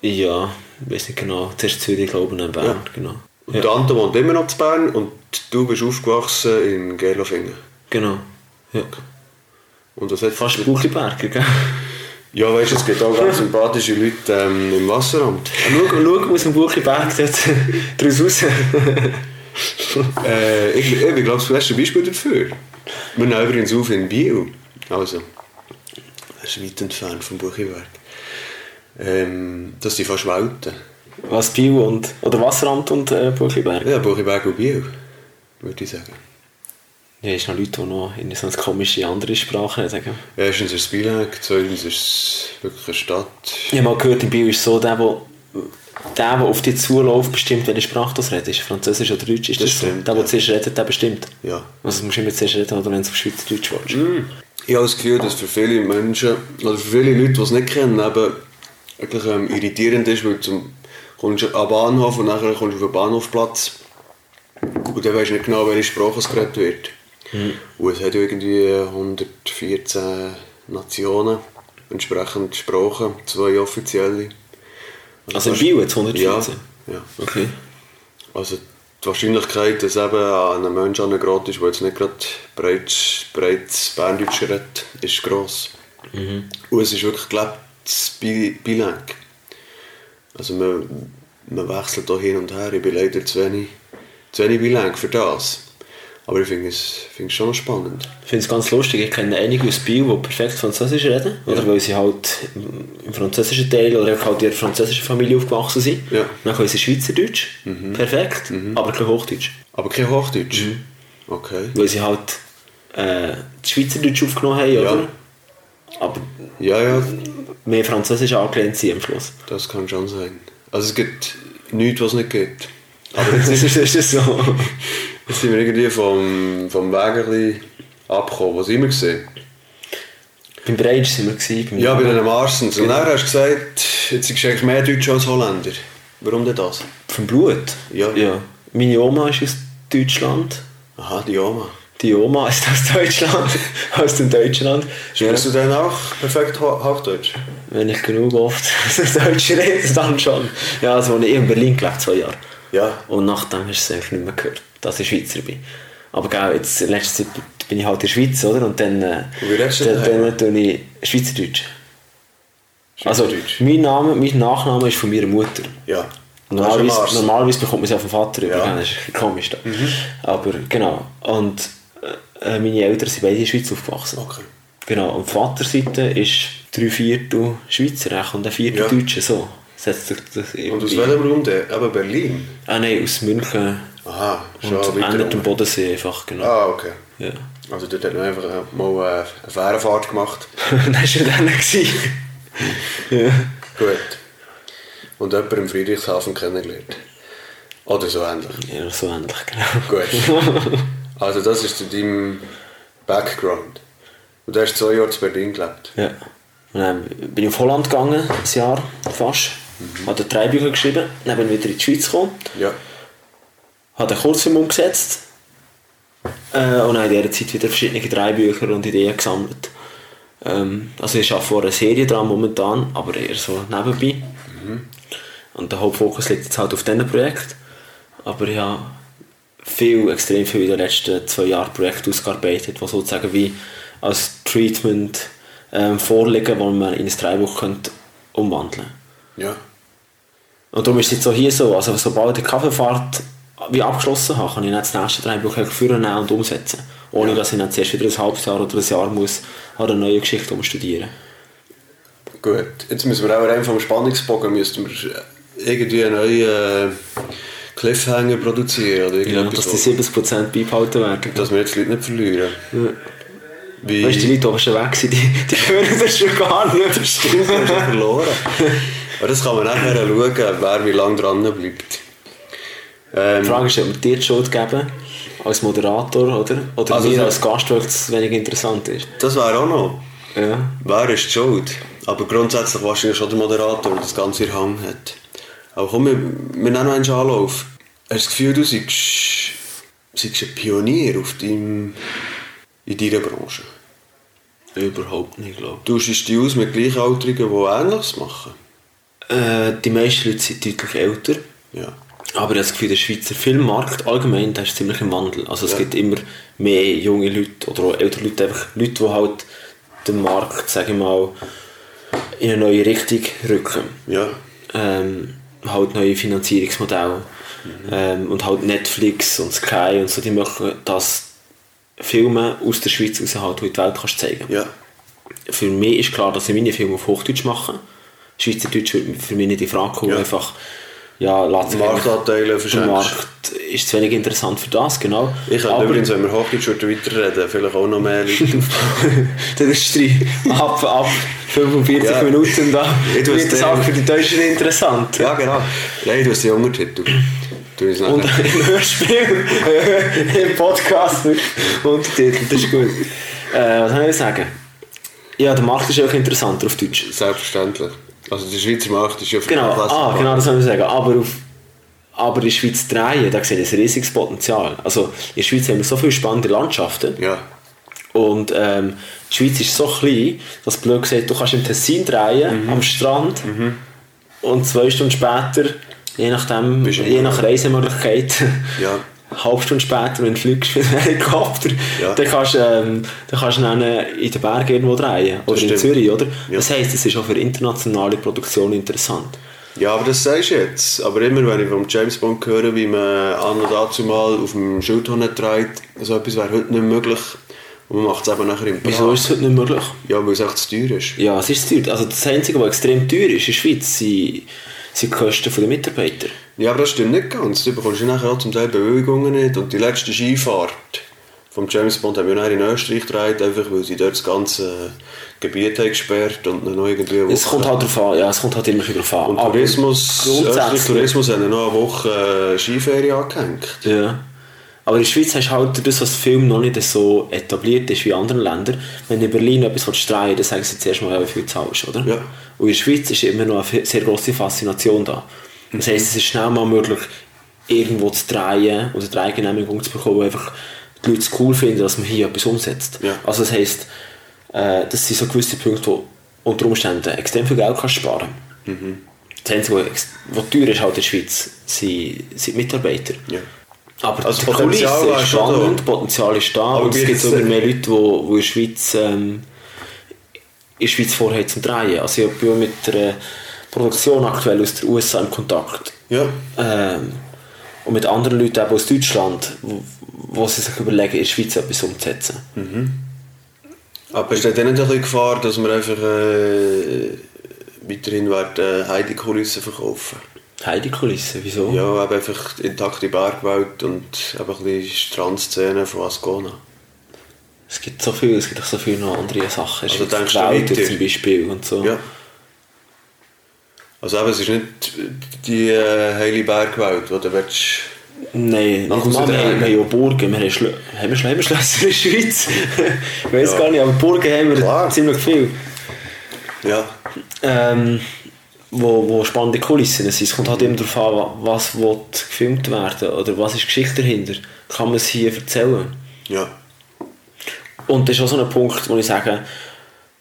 A: Ja, ich weiß nicht genau. Zuerst Zürich, glaube ich, dann Bern.
B: Ja.
A: Genau.
B: Und
A: Ja,
B: der Anton wohnt immer noch zu Bern und du bist aufgewachsen in Gerlofingen.
A: genau. Ja.
B: Und das hat
A: Fast Buchliberger, gell?
B: Ja, weißt du, es gibt auch ganz sympathische Leute ähm, im Wasseramt.
A: Schau, schau um aus dem Buchliberg dort draus raus.
B: Äh, ich, ich bin, glaube ich, das beste Beispiel dafür. Wir nehmen übrigens auf in Biel. Also, das ist weit entfernt vom Buchiberg. Ähm, das sind fast Welten.
A: Was Bio und... Oder Wasseramt und äh, Buchliberg.
B: Ja, Buchiberg und Biel, würde ich sagen.
A: Ja, es sind noch Leute, die noch in so eine komische andere Sprache reden.
B: Erstens ist es Bielag, zweitens ist es wirklich eine Stadt.
A: Ich habe mal gehört, in Bio ist es so, der, der, der, der auf dich zuläuft, bestimmt, welche Sprache das redet. Ist Französisch oder Deutsch? Ist das, so?
B: Das stimmt,
A: Der, der
B: ja.
A: zuerst redet, der bestimmt.
B: Ja.
A: Also du musst immer zuerst reden, oder wenn du auf Schweizerdeutsch willst.
B: Ich habe das Gefühl, dass für viele Menschen, oder für viele Leute, die es nicht kennen, eben wirklich ähm, irritierend ist, weil zum, kommst du am Bahnhof und nachher kommst du auf den Bahnhofplatz und dann weisst du nicht genau, welche Sprache es geredet wird.
A: Mhm.
B: Und es hat ja irgendwie 114 Nationen, entsprechend Sprachen, zwei offizielle.
A: Also in Bio jetzt 114?
B: Ja, ja.
A: Okay.
B: Also die Wahrscheinlichkeit, dass eben an einem Menschen angerat ist, der jetzt nicht gerade breit, breites Berndeutsch redet, ist gross. Und es ist wirklich gelebtes Bi- Bilang. Also man, man wechselt da hin und her. Ich bin leider zu wenig, zu wenig Bilang für das. Aber ich finde es, finde es schon spannend.
A: Ich finde es ganz lustig, ich kenne einige aus Bio, die perfekt Französisch reden, oder weil sie halt im französischen Teil oder einfach halt in einer französischen Familie aufgewachsen sind.
B: Ja.
A: Dann können sie Schweizerdeutsch, perfekt, aber kein Hochdeutsch.
B: Aber kein Hochdeutsch. Okay.
A: Weil sie halt äh, das Schweizerdeutsch aufgenommen haben, oder? Aber
B: Ja, ja,
A: mehr Französisch angelehnt sind am Schluss.
B: das kann schon sein. Also es gibt nichts, was es nicht gibt. Aber
A: Das ist, ist das so.
B: Jetzt sind wir irgendwie vom, vom Weg ein bisschen abgekommen. Was haben wir gesehen?
A: Beim Breitsch sind wir gewesen, beim
B: Ja, bei den Marsens. Und dann hast du gesagt, jetzt ist eigentlich mehr Deutsch als Holländer. Warum denn das?
A: vom Blut.
B: Ja.
A: ja. Meine Oma ist aus Deutschland.
B: Aha, die Oma.
A: Die Oma ist aus Deutschland, aus dem Deutschland. Ja.
B: Sprichst du denn auch perfekt Ho- Hochdeutsch?
A: Wenn ich genug oft Deutsch rede, dann schon. Ja, also als ich in Berlin gelebt zwei Jahre.
B: Ja.
A: Und nachdem hast du es eigentlich nicht mehr gehört, dass ich Schweizer bin. Aber genau, jetzt in letzter Zeit bin ich halt in der Schweiz, oder? Und dann, äh,
B: Und wie redest du
A: dann,
B: daheim?
A: dann tue ich Schweizerdeutsch. Also,
B: Schweizerdeutsch.
A: mein, Name, mein Nachname ist von meiner Mutter.
B: Ja. Das ist
A: Normalerweise,
B: ein Mars.
A: normalerweise bekommt man es ja vom Vater über,
B: Ja. Mhm.
A: gell? das ist ein bisschen komisch. Da. Aber genau, und äh, meine Eltern sind beide in der Schweiz aufgewachsen.
B: Okay.
A: Genau, und die Vaterseite ist drei Viertel Schweizer echt, und ein Viertel
B: Ja.
A: Deutsche, so. Setzt sich das
B: Und aus welchem Raum denn? Eben Berlin.
A: Ah nein, aus München
B: Aha, schon
A: und
B: weiter
A: endet am
B: unten.
A: Bodensee einfach, genau.
B: Ah, okay.
A: Ja.
B: Also dort hat man einfach äh, mal äh, eine Fährenfahrt gemacht.
A: das war ja dann. gewesen. ja.
B: Gut. Und jemanden im Friedrichshafen kennengelernt. Oder so ähnlich.
A: ja, so ähnlich, genau.
B: Gut. Also das ist zu deinem Background. Und du hast zwei Jahre zu Berlin gelebt.
A: Ja. Und dann bin ich auf Holland gegangen, ein Jahr fast. Habe dort drei Bücher geschrieben, dann bin ich wieder in die Schweiz gekommen,
B: Ja.
A: habe einen Kurzfilm umgesetzt äh, und habe in dieser Zeit wieder verschiedene drei Bücher und Ideen gesammelt. Ähm, also ich arbeite vor einer Serie dran momentan, aber eher so nebenbei. Und der Hauptfokus liegt jetzt halt auf diesen Projekt. Aber ich habe viel, extrem viel in den letzten zwei Jahren Projekte ausgearbeitet, die sozusagen wie als Treatment ähm, vorliegen, wo man in ein Drehbuch könnte umwandeln
B: Ja.
A: Und darum ist es jetzt auch hier so, also sobald ich die Kaffeefahrt wie abgeschlossen habe, kann ich dann das nächste Drehbuch führen nehmen und umsetzen. Ohne dass ich dann zuerst wieder ein halbes Jahr oder ein Jahr muss an einer neuen Geschichte umstudieren
B: Gut, jetzt müssen wir auch rein vom Spannungsbogen müssen wir irgendwie einen neuen äh, Cliffhanger produzieren oder
A: Ja,
B: irgendetwas,
A: dass die 70% beibehalten werden.
B: dass wir jetzt die Leute nicht verlieren. Wie
A: Weißt du, die Leute, die schon weg sind, die, die hören das schon gar nicht. Das
B: Stimmt, wir haben schon verloren. Aber das kann man nachher schauen, wer wie lange dran bleibt.
A: Die
B: Ähm,
A: Frage ist, ob wir dir die Schuld geben, als Moderator, oder? Oder
B: Also
A: mir
B: so-
A: als Gast, weil es wenig interessant ist.
B: das wäre auch noch.
A: Ja.
B: Wer ist die schuld? Aber grundsätzlich wahrscheinlich schon der Moderator, der das Ganze in der Hand hat. Aber komm, wir, wir nehmen noch einen Anlauf. Hast du das Gefühl, du seist, seist ein Pionier auf deinem, in deiner Branche?
A: Überhaupt nicht, glaube
B: Du schaust dich aus mit Gleichaltrigen, die Ähnliches machen.
A: äh, Die meisten Leute sind deutlich älter.
B: Ja.
A: Aber ich habe das Gefühl, der Schweizer Filmmarkt allgemein der ist ziemlich im Wandel. Also es
B: Ja.
A: gibt immer mehr junge Leute oder auch ältere Leute, einfach Leute, die halt den Markt, sage ich mal, in eine neue Richtung rücken.
B: Ja.
A: ähm, halt neue Finanzierungsmodelle
B: Mhm.
A: ähm, und halt Netflix und Sky und so, die machen, dass Filme aus der Schweiz raus halt in die Welt kannst zeigen.
B: Ja.
A: Für mich ist klar, dass ich meine Filme auf Hochdeutsch mache. Schweizerdeutsch würde für mich nicht in Frage kommen,
B: Ja.
A: einfach ja, lässt sich
B: Marktanteile
A: einfach- Der
B: verschenkst.
A: Markt ist zu wenig interessant für das, genau.
B: Ich könnte übrigens, wenn wir Hochdeutsch würden weiterreden, vielleicht auch noch mehr Leute
A: Dann ist die ab, ab 45
B: Ja.
A: Minuten da.
B: Ich tu's
A: Wird das
B: dir-
A: auch für die Deutschen interessant.
B: Ja, genau. Nein, du hast die Untertitel. Du hast
A: Und
B: nachher.
A: im Hörspiel, äh, im Podcast mit Untertitel, das ist gut. Äh, was soll ich sagen? Ja, der Markt ist auch interessanter auf Deutsch.
B: Selbstverständlich. Also der Schweizer Markt ist ja für
A: Genau,
B: Klassiker.
A: ah, genau das soll ich sagen. Aber, auf, aber in der Schweiz drehen, da sehe ich ein riesiges Potenzial. Also in der Schweiz haben wir so viele spannende Landschaften.
B: Ja.
A: Und ähm, die Schweiz ist so klein, dass blöd gesagt, du kannst im Tessin drehen,
B: Mhm.
A: am Strand. Und zwei Stunden später, je, nachdem,
B: Bist du
A: je
B: im-
A: nach Reisemöglichkeit,
B: Ja.
A: eine halbe Stunde später, wenn du fliegst mit dem Helikopter,
B: Ja.
A: dann kannst du ähm, dann kannst du dann äh, in den Bergen irgendwo drehen. Oder in
B: stimmt.
A: Zürich, oder?
B: Ja.
A: Das heisst, es ist auch für internationale Produktion interessant.
B: Ja, aber das sagst du jetzt. Aber immer, wenn ich von James Bond höre, wie man an und dazu mal auf dem Schildhorn trägt, so etwas wäre heute nicht möglich. Und man macht es eben nachher im Prag.
A: Wieso ist es heute nicht möglich?
B: Ja, weil es echt zu teuer ist.
A: Ja, es ist teuer. Also das Einzige, was extrem teuer ist in der Schweiz, sind, sind die Kosten der Mitarbeiter.
B: Ja, aber das stimmt nicht ganz. Du bekommst ja nachher auch zum Teil Bewilligungen nicht. Und die letzte Skifahrt vom James Bond haben wir nachher in Österreich gedreht, einfach weil sie dort das ganze Gebiet haben gesperrt und dann noch irgendwie... eine
A: Es
B: Woche-
A: kommt halt drauf an, ja, es kommt halt immer darauf an.
B: Und
A: Aber
B: Tourismus, östlicher
A: grundsätzlich.
B: Tourismus hat ja noch eine Woche äh, Skiferien angehängt.
A: Ja. Aber in der Schweiz hast du halt durch das, was Film noch nicht so etabliert ist wie in anderen Ländern. Wenn du in Berlin etwas willst drehen willst, dann sagen sie zuerst mal, ja, wie viel du zahlst, oder?
B: Ja.
A: Und in der Schweiz ist immer noch eine sehr grosse Faszination da.
B: Mhm.
A: Das heisst, es ist schnell mal möglich, irgendwo zu drehen oder eine Drehgenehmigung zu bekommen, wo einfach die Leute es cool finden, dass man hier etwas umsetzt.
B: Ja.
A: Also das heisst, äh, das sind so gewisse Punkte, wo unter Umständen extrem viel Geld kannst sparen
B: Mhm.
A: Das Einzige, was ex- was teuer ist halt in der Schweiz, sind, sind die Mitarbeiter.
B: Ja.
A: Aber
B: Also
A: die
B: Potenzial
A: Kulisse
B: wäre
A: ist
B: schon
A: spannend, Potenzial ist da und es gibt
B: gleichzeitig-
A: immer mehr Leute, die in der Schweiz, ähm, in der Schweiz vorhaben zum Drehen. Also ich bin mit der Produktion aktuell aus den USA im Kontakt
B: Ja.
A: ähm, und mit anderen Leuten eben aus Deutschland, wo, wo sie sich überlegen, in der Schweiz etwas umzusetzen.
B: Aber besteht dann nicht ein bisschen Gefahr, dass wir einfach äh, weiterhin werden, äh, Heidekulissen verkaufen?
A: Heidi-Kulisse, wieso?
B: Ja, eben einfach intakte Bergwelt und eben ein bisschen Strandszenen von Ascona.
A: Es gibt so viel, es gibt auch so viele noch andere Sachen.
B: Also
A: Es gibt
B: denkst du
A: Wälder
B: weiter?
A: zum Beispiel und so.
B: Ja. Also eben, es ist nicht die äh, heile Bergwelt, die du willst.
A: Nein,
B: Nach
A: nicht
B: Hause
A: mal, wir,
B: daheim.
A: haben- wir haben ja Burgen, wir haben, Schlö haben wir Schlö haben wir Schlösser in der Schweiz. ich weiß
B: Ja.
A: gar nicht, aber Burgen haben wir
B: Klar.
A: ziemlich viel.
B: Ja.
A: Ähm, wo, wo spannende Kulissen sind. Es kommt halt immer darauf an, wa- was will gefilmt werden oder was ist die Geschichte dahinter. Kann man es hier erzählen?
B: Ja.
A: Und das ist auch so ein Punkt, wo ich sage,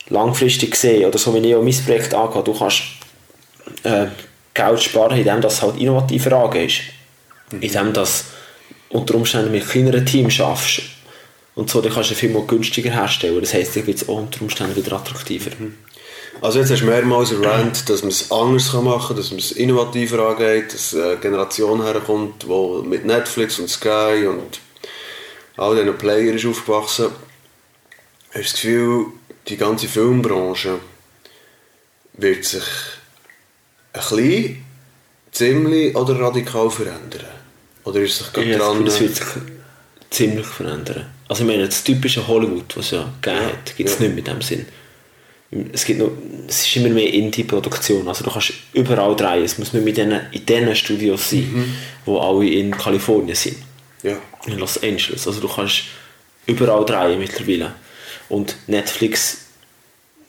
A: langfristig gesehen, oder so wie ich auch mein Projekt angehe, du kannst äh, Geld sparen, indem das halt innovativer angehst. Indem das unter Umständen mit kleineren Teams schaffst. Und so dann kannst du viel mal günstiger herstellen. Das heisst, dann wird es auch unter Umständen wieder attraktiver.
B: Also jetzt hast du mehrmals erwähnt, dass man es anders kann machen kann, dass man es innovativer angeht, dass eine Generation herkommt, die mit Netflix und Sky und all diesen Playern ist aufgewachsen. Hast du das Gefühl, die ganze Filmbranche wird sich ein bisschen, ziemlich oder radikal verändern? Oder ist sich gerade
A: Ich habe
B: dran...
A: das Gefühl, das wird sich ziemlich verändern. Also ich meine, das typische Hollywood, was es ja gegeben
B: Ja,
A: hat, gibt es
B: ja.
A: nicht mehr in dem Sinn. Es, gibt noch, es ist immer mehr Indie-Produktion, also du kannst überall drehen, es muss nicht mit diesen, in diesen Studios sein,
B: Mhm.
A: wo alle in Kalifornien sind,
B: Ja.
A: in Los Angeles. Also du kannst überall drehen mittlerweile. Und Netflix,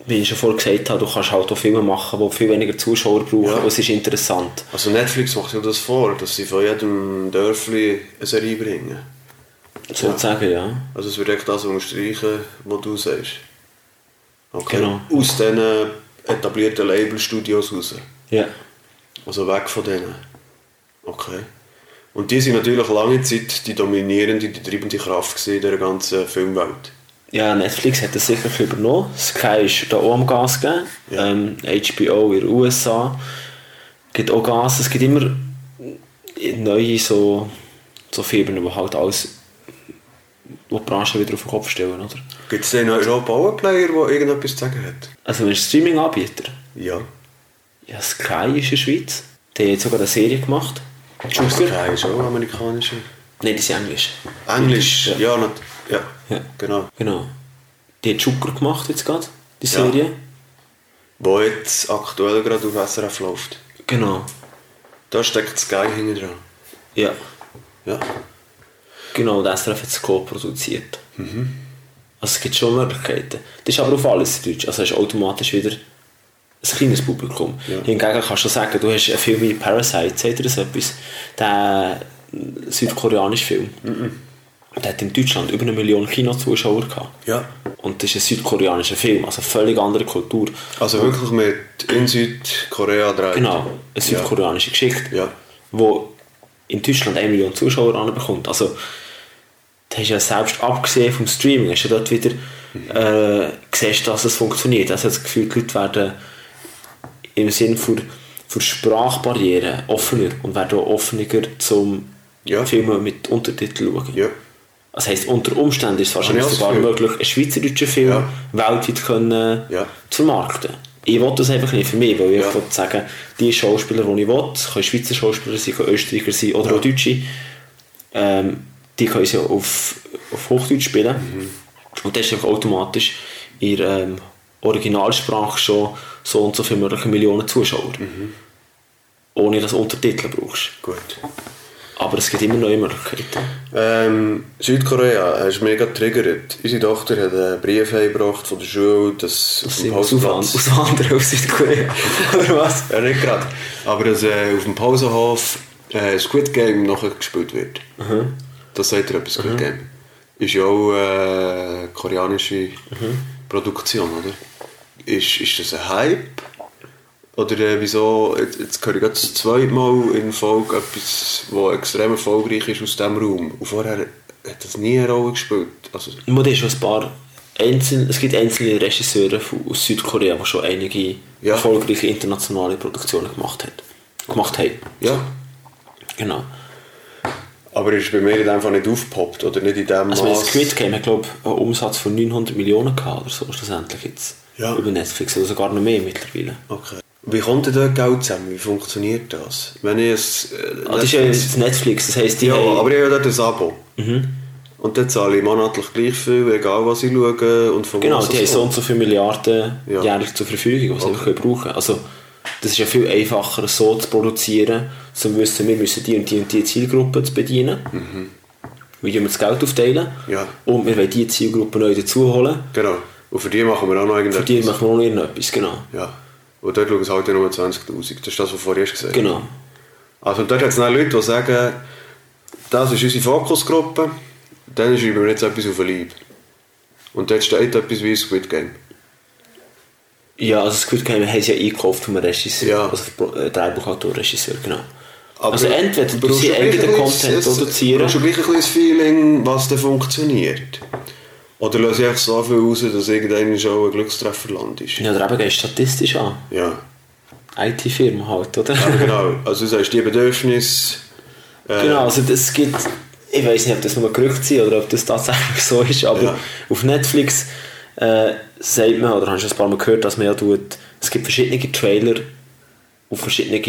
A: wie ich schon vorher gesagt habe, du kannst halt auch Filme machen, die viel weniger Zuschauer brauchen,
B: Ja.
A: und es ist interessant.
B: Also Netflix macht ja das vor, dass sie von jedem Dörfli eine Serie bringen.
A: Sozusagen, ja.
B: Also es würde echt das unterstreichen, was du sagst. Okay.
A: Genau.
B: Aus diesen etablierten Labelstudios raus.
A: ja.
B: Also weg von denen. Okay. Und die sind natürlich lange Zeit die dominierende, die treibende Kraft gewesen in der ganzen Filmwelt.
A: Ja, Netflix hat das sicher übernommen. Sky ist da auch am Gas gegeben.
B: Ja.
A: Ähm, HBO in den USA gibt auch Gas. Es gibt immer neue so, so Fibern, die halt alles wo die Branche wieder auf den Kopf stellen. Oder?
B: Gibt es denn in Europa auch einen Player, der irgendetwas zu sagen hat?
A: Also wenn es Streaming-Anbieter
B: Ja.
A: ja, Sky ist in der Schweiz. Die haben jetzt sogar eine Serie gemacht. Joker.
B: Sky ist auch amerikanischer.
A: Nein, das ist Englisch.
B: Englisch, ja.
A: Ja.
B: Ja, nat- ja.
A: Ja.
B: genau.
A: Genau. Die hat Joker gemacht jetzt gerade, die
B: Ja.
A: Serie.
B: Wo jetzt aktuell gerade auf SRF läuft.
A: Genau.
B: Da steckt Sky hinten dran.
A: Ja.
B: Ja.
A: Genau, und SRF hat es co-produziert.
B: Mhm.
A: Also es gibt schon Möglichkeiten. Das ist aber auf alles in Deutsch. Also hast du automatisch wieder ein kleines Publikum.
B: Ja.
A: Hingegen kannst du sagen, du hast einen Film wie Parasite, sagt dir das etwas? Der südkoreanische Film.
B: Mhm.
A: Der hat in Deutschland über eine Million Kinozuschauer gehabt.
B: Ja.
A: Und das ist ein südkoreanischer Film, also eine völlig andere Kultur.
B: Also wirklich mit in Südkorea drei.
A: Genau, eine südkoreanische Geschichte,
B: Ja.
A: wo in Deutschland 1 Million Zuschauer anbekommt. Also, da hast du ja selbst abgesehen vom Streaming, hast du dort wieder
B: Mhm.
A: äh, gesehen, dass es funktioniert. Also, ich habe das Gefühl, die Leute werden im Sinne von, von Sprachbarrieren offener und werden auch offener zum
B: Ja.
A: Filmen mit Untertiteln schauen.
B: Ja.
A: Das heisst, unter Umständen ist es wahrscheinlich
B: Habe ich auch
A: sogar
B: das Gefühl.
A: möglich, einen schweizerdeutschen Film
B: Ja.
A: weltweit können
B: Ja.
A: zu vermarkten. Ich will das einfach nicht für mich, weil
B: Ja.
A: ich will sagen, die Schauspieler, die ich will, können Schweizer Schauspieler sein, können Österreicher sein oder auch Deutsche, ähm, die können sie auf, auf Hochdeutsch spielen.
B: Mhm.
A: Und das ist einfach automatisch in ihrer ähm, Originalsprache schon so und so viele mögliche Millionen Zuschauer.
B: Mhm.
A: Ohne dass du Untertitel brauchst.
B: Gut.
A: Aber es gibt immer neue Möglichkeiten.
B: Ähm, Südkorea, hast du mega getriggert. Unsere Tochter hat einen Brief eingebracht von der Schule, dass
A: Das sind wir auswand- auswandern aus Südkorea. Oder was?
B: Ja, nicht gerade. Aber dass äh, auf dem Pausenhof äh, Squid Game nachher gespielt wird. Das sagt ihr etwas, Squid Game. Ist ja auch äh, koreanische Produktion, oder? Ist, ist das ein Hype? Oder äh, wieso, jetzt, jetzt höre ich gerade das zweite Mal in Folge etwas, was extrem erfolgreich ist aus diesem Raum. Und vorher hat das nie eine Rolle gespielt. Also,
A: Man ist schon ein paar einzelne, es gibt einzelne Regisseure von- aus Südkorea, die schon einige
B: Ja.
A: erfolgreiche internationale Produktionen gemacht haben. Gemacht haben.
B: ja.
A: Genau.
B: Aber ist bei mir in dem Fall nicht aufgepoppt, oder nicht in dem
A: Also wenn
B: Maß.
A: es Squid Game hat, glaube ich, einen Umsatz von 900 Millionen gehabt oder so, schlussendlich jetzt.
B: Ja.
A: Über Netflix, oder sogar noch mehr mittlerweile.
B: Okay. Wie kommt denn da Geld zusammen? Wie funktioniert das? Wenn ich es. Äh,
A: Ah, das ist ja jetzt Netflix, das heisst, die
B: ja,
A: haben-
B: aber ich habe dort ein Abo.
A: Mhm.
B: Und dann zahle ich monatlich gleich viel, egal was ich schaue. Und von
A: Genau,
B: was
A: die haben
B: es
A: so
B: kommt.
A: und so viele Milliarden
B: Ja.
A: jährlich zur Verfügung, die sie okay. brauchen Also, das ist ja viel einfacher, so zu produzieren, zu wissen, wir müssen die und die und die Zielgruppe zu bedienen. Wie wir das Geld aufteilen.
B: Mhm. Ja.
A: Und wir wollen diese Zielgruppe neu dazu holen.
B: Genau. Und für die machen wir auch noch
A: Für
B: irgendetwas.
A: die machen wir auch noch irgendetwas, genau.
B: Ja. Und dort schauen es halt nur 20.000. Das ist das, was du vorher erst gesagt hast.
A: Genau.
B: Also dort hat es dann Leute, die sagen, das ist unsere Fokusgruppe, dann schreiben wir jetzt etwas auf den Leib. Und dort steht etwas wie Squid Game.
A: Ja, also das Gefühl, wir haben es ja eingekauft vom Regisseur,
B: Ja.
A: also vom Pro- äh, Drehbuchautor-Regisseur, genau.
B: Aber
A: also entweder
B: du
A: du
B: brauchst
A: sie
B: schon gleich
A: eigenen
B: ein bisschen-
A: Content
B: Du
A: produzieren,
B: brauchst schon gleich ein bisschen das Feeling, was dann funktioniert. Oder lass ich einfach so viel raus, dass irgendeiner schon ein Glückstreffer landet.
A: ja, oder eben gehst du statistisch an.
B: ja.
A: IT-Firma halt, oder?
B: Aber genau, also du sagst, die Bedürfnisse... Äh,
A: Genau, also das gibt, ich weiß nicht, ob das nur Gerüchte sind oder ob das tatsächlich so ist, aber
B: Ja.
A: auf Netflix äh, sagt man, oder hast du ein paar Mal gehört, dass man ja tut, es gibt verschiedene Trailer auf verschiedene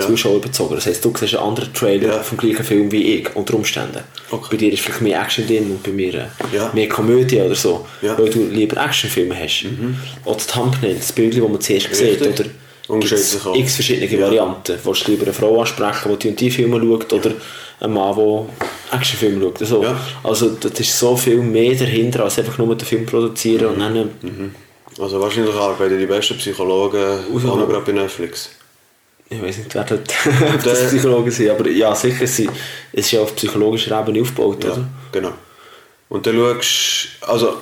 A: Zuschauer bezogen. Das heisst, du siehst einen anderen Trailer
B: Ja.
A: vom gleichen Film wie ich, unter Umständen.
B: Okay.
A: Bei dir ist vielleicht mehr Action drin und bei mir äh,
B: Ja.
A: mehr Komödie oder so,
B: Ja. Mhm.
A: weil du lieber Actionfilme hast. Oder die Thumbnail, das Bild, das man zuerst sieht,
B: Richtig.
A: oder
B: Unterschiedlich
A: gibt's
B: auch.
A: x verschiedene
B: Ja.
A: Varianten. Varianten. Willst du lieber eine Frau ansprechen, die die und die Filme schaut, oder einen Mann, der Actionfilme schaut? Also,
B: Ja.
A: also das ist so viel mehr dahinter, als einfach nur den Film produzieren und dann... äh,
B: Also wahrscheinlich arbeiten die besten Psychologen
A: Ausnahme.
B: auch gerade bei Netflix.
A: Ich weiß nicht, wer das, ob das Psychologen sind, aber ja, sicher, sie, es ist ja auf psychologischer Ebene aufgebaut,
B: Ja,
A: oder?
B: genau. Und dann schaust also,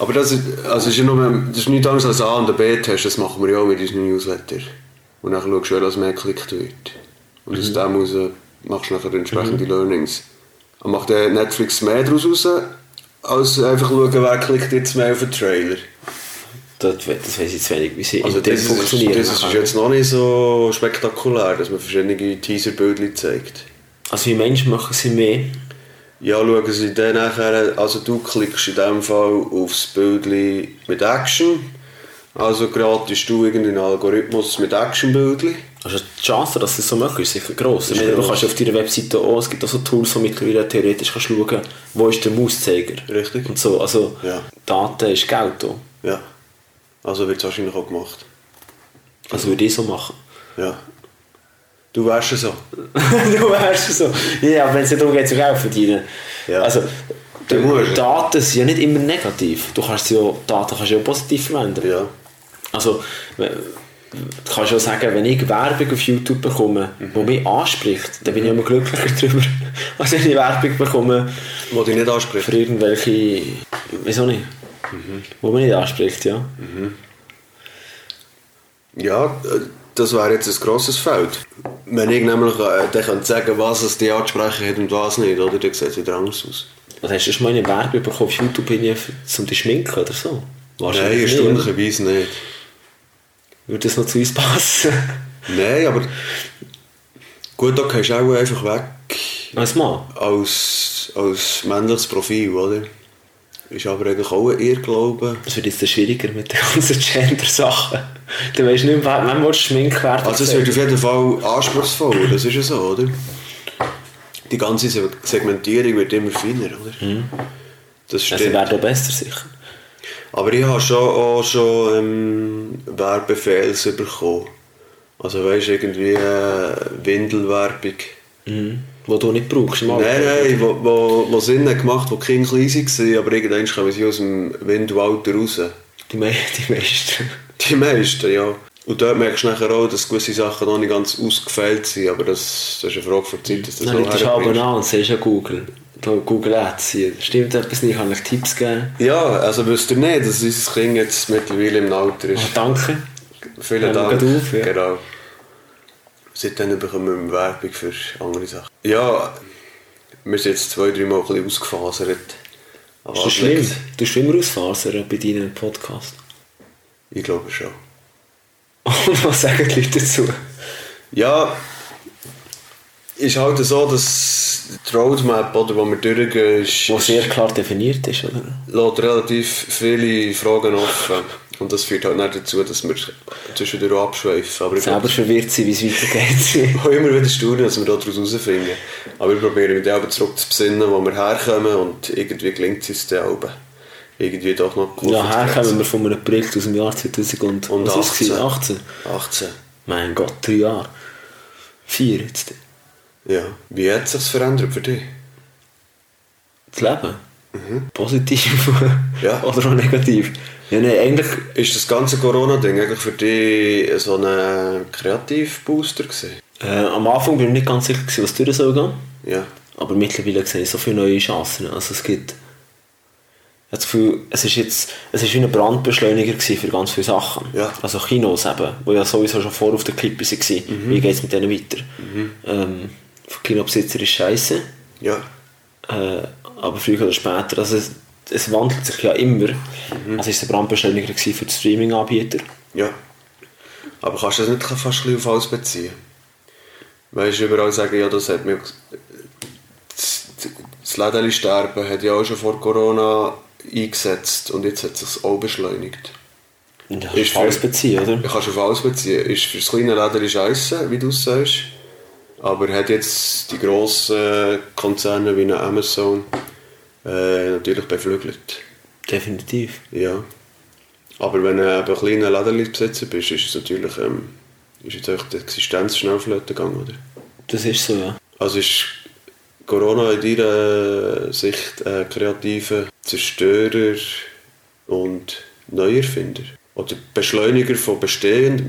B: aber das ist, also ist ja nur, das ist nichts anderes als A und B-Test, das machen wir ja auch mit unseren Newsletter. Und dann schaust du, dass mehr geklickt wird. Und
A: Mhm.
B: aus dem heraus äh, machst du nachher entsprechende Learnings. Und macht der Netflix mehr daraus raus, als einfach schauen, wer klickt jetzt mehr auf den Trailer.
A: Das, we- das weiß ich zu wenig, wie sie
B: Also
A: intern
B: das, ist,
A: funktionieren.
B: das ist
A: nachher.
B: jetzt noch nicht so spektakulär, dass man verschiedene Teaser-Bildchen zeigt.
A: Also wie Menschen machen sie mehr,
B: Ja, schauen Sie dann nachher, also du klickst in dem Fall aufs Bild mit Action. Also gratis du irgendeinen Algorithmus mit Action-Bildli.
A: also die Chance, dass sie es so machen, ist sicher gross. Ich meine, du
B: gross.
A: kannst auf deiner Webseite auch, es gibt auch so Tools, wo mittlerweile theoretisch kannst du schauen, wo ist der Mauszeiger.
B: Richtig.
A: Und so, also
B: Ja.
A: Daten ist Geld auch.
B: Ja. Also wird es wahrscheinlich auch gemacht. Mhm.
A: Also würde ich so machen.
B: Ja. Du wärst so.
A: du wärst so. Ja, aber wenn es nicht darum geht, zu Geld verdienen.
B: Ja.
A: Also,
B: Du musst.
A: Daten sind ja nicht immer negativ. Du kannst sie ja, Daten kannst du ja auch positiv verwenden.
B: Ja.
A: Also, we- du kannst ja sagen, wenn ich Werbung auf YouTube bekomme,
B: Mhm.
A: die mich anspricht, dann bin ich immer glücklicher darüber, als wenn ich Werbung bekomme
B: Wo dich nicht anspricht.
A: für irgendwelche, wieso nicht,
B: Mhm.
A: wo man nicht anspricht, ja.
B: Ja, äh, das wäre jetzt ein grosses Feld. Wenn ich nämlich äh, dann könnte sagen, was es die ansprechen hat und was nicht, oder? Dann sieht es wieder anders aus.
A: Also hast du schon mal eine Werbung bekommen auf YouTube, bin ich, um dich schminken oder so?
B: Nein,
A: nicht, oder?
B: erstaunlicherweise nicht.
A: Würde das noch zu uns passen?
B: Nein, aber... Gut, da gehst du auch einfach weg.
A: Als Mann?
B: als, als männliches Profil, oder? Ist aber eigentlich auch ein Irrglaube.
A: Das wird jetzt dann schwieriger mit den ganzen Gender-Sachen. Dann weisst du nicht mehr, wann willst du schminken werden.
B: Also es wird auf jeden Fall anspruchsvoller, das ist ja so, oder? Die ganze Se- Segmentierung wird immer feiner, oder? Das
A: Also
B: stimmt.
A: wäre doch besser sicher.
B: Aber ich habe schon auch schon ähm, Werbefehls bekommen. Also weißt du, irgendwie äh, Windelwerbung.
A: Wo du nicht brauchst. Mal.
B: Nein, nein, wo, wo, wo Sinn hat gemacht, wo die Kinder klein waren, aber irgendwann kamen sie aus dem Windwalter raus.
A: Die, me die meisten.
B: Die meisten, ja. Und dort merkst du nachher auch, dass gewisse Sachen noch nicht ganz ausgefeilt sind, aber das, das ist eine Frage von Zeit, dass das
A: Dann
B: auch
A: schaust du
B: herbringst.
A: aber an und siehst ja Google. Da Google Ads hier. Stimmt etwas nicht, kann ich Tipps geben.
B: Ja, also wisst ihr nicht, dass unser Kind jetzt mittlerweile im Alter
A: Ah,
B: ist.
A: danke.
B: Vielen
A: Ja,
B: Dank.
A: schaut auf, ja.
B: Genau. Seitdem bekommen wir Werbung für andere Sachen. Ja, wir sind jetzt zwei, drei Mal ein bisschen ausgefasert. Aber
A: Ist das schlimm? Ah, Du hast immer ausfasern bei deinem Podcast.
B: Ich glaube schon.
A: Und was sagen die Leute dazu?
B: Ja, ist halt so, dass die Roadmap, oder, wo wir durchgehen, ist...
A: Was sehr klar definiert ist, oder?
B: lässt relativ viele Fragen offen. Und das führt halt nicht dazu, dass wir zwischendurch auch abschweifen. Aber ich
A: Selber
B: prob-
A: verwirrt sein, wie es weitergeht.
B: ich immer wieder staunen, dass wir daraus herausfinden. Aber ich probiere mich dann auch zurück zu besinnen, wo wir herkommen und irgendwie gelingt es uns dann auch. Irgendwie doch noch gut.
A: ja, herkommen wir von einem Bericht aus dem Jahr 2000 und,
B: Und
A: was ist es
B: 18.
A: gewesen? 18.
B: 18.
A: Mein Gott, drei Jahre. Vier jetzt.
B: Ja. Wie hat sich verändert für dich?
A: Das Leben. Mhm. Positiv
B: Ja.
A: oder auch negativ. Ja, nein, eigentlich,
B: Ist das ganze Corona-Ding eigentlich für dich so ein Kreativbooster gewesen?
A: äh, am Anfang bin ich nicht ganz sicher, gewesen, was durch soll gehen.
B: Ja.
A: Aber mittlerweile sehe ich so viele neue Chancen. Also es gibt... habe das Gefühl, es ist jetzt es ist wie ein Brandbeschleuniger gewesen für ganz viele Sachen.
B: Ja.
A: Also Kinos eben, wo ja sowieso schon vor auf der Klippe
B: Mhm.
A: waren. Wie geht es mit denen weiter? Ähm, für Kinobesitzer ist scheiße,
B: Ja.
A: äh, aber früher oder später, also es, es wandelt sich ja immer.
B: Mhm.
A: Also ist es ein Brandbeschleuniger gewesen für die Streaming-Anbieter.
B: Ja. Aber kannst du das nicht fast ein bisschen auf alles beziehen? Weißt du, überall sagen, ja, das hat mir. Das, das Lädeli sterben hat ja auch schon vor Corona eingesetzt und jetzt hat es sich auch beschleunigt.
A: Und das
B: Ist
A: ist alles
B: für-
A: beziehen, oder?
B: Ich kann es auf alles beziehen. Ist für das kleine Lädeli scheiße, wie du es sagst. Aber hat jetzt die grossen Konzerne wie eine Amazon äh, natürlich beflügelt.
A: Definitiv.
B: Ja. Aber wenn du eben ein kleiner Ladenbesitzer bist, ist es natürlich ähm, ist jetzt auch die Existenz schnell flöten gegangen, oder?
A: Das ist so, ja.
B: Also ist Corona in deiner Sicht ein kreativer Zerstörer und Neuerfinder? Oder Beschleuniger von Bestehend?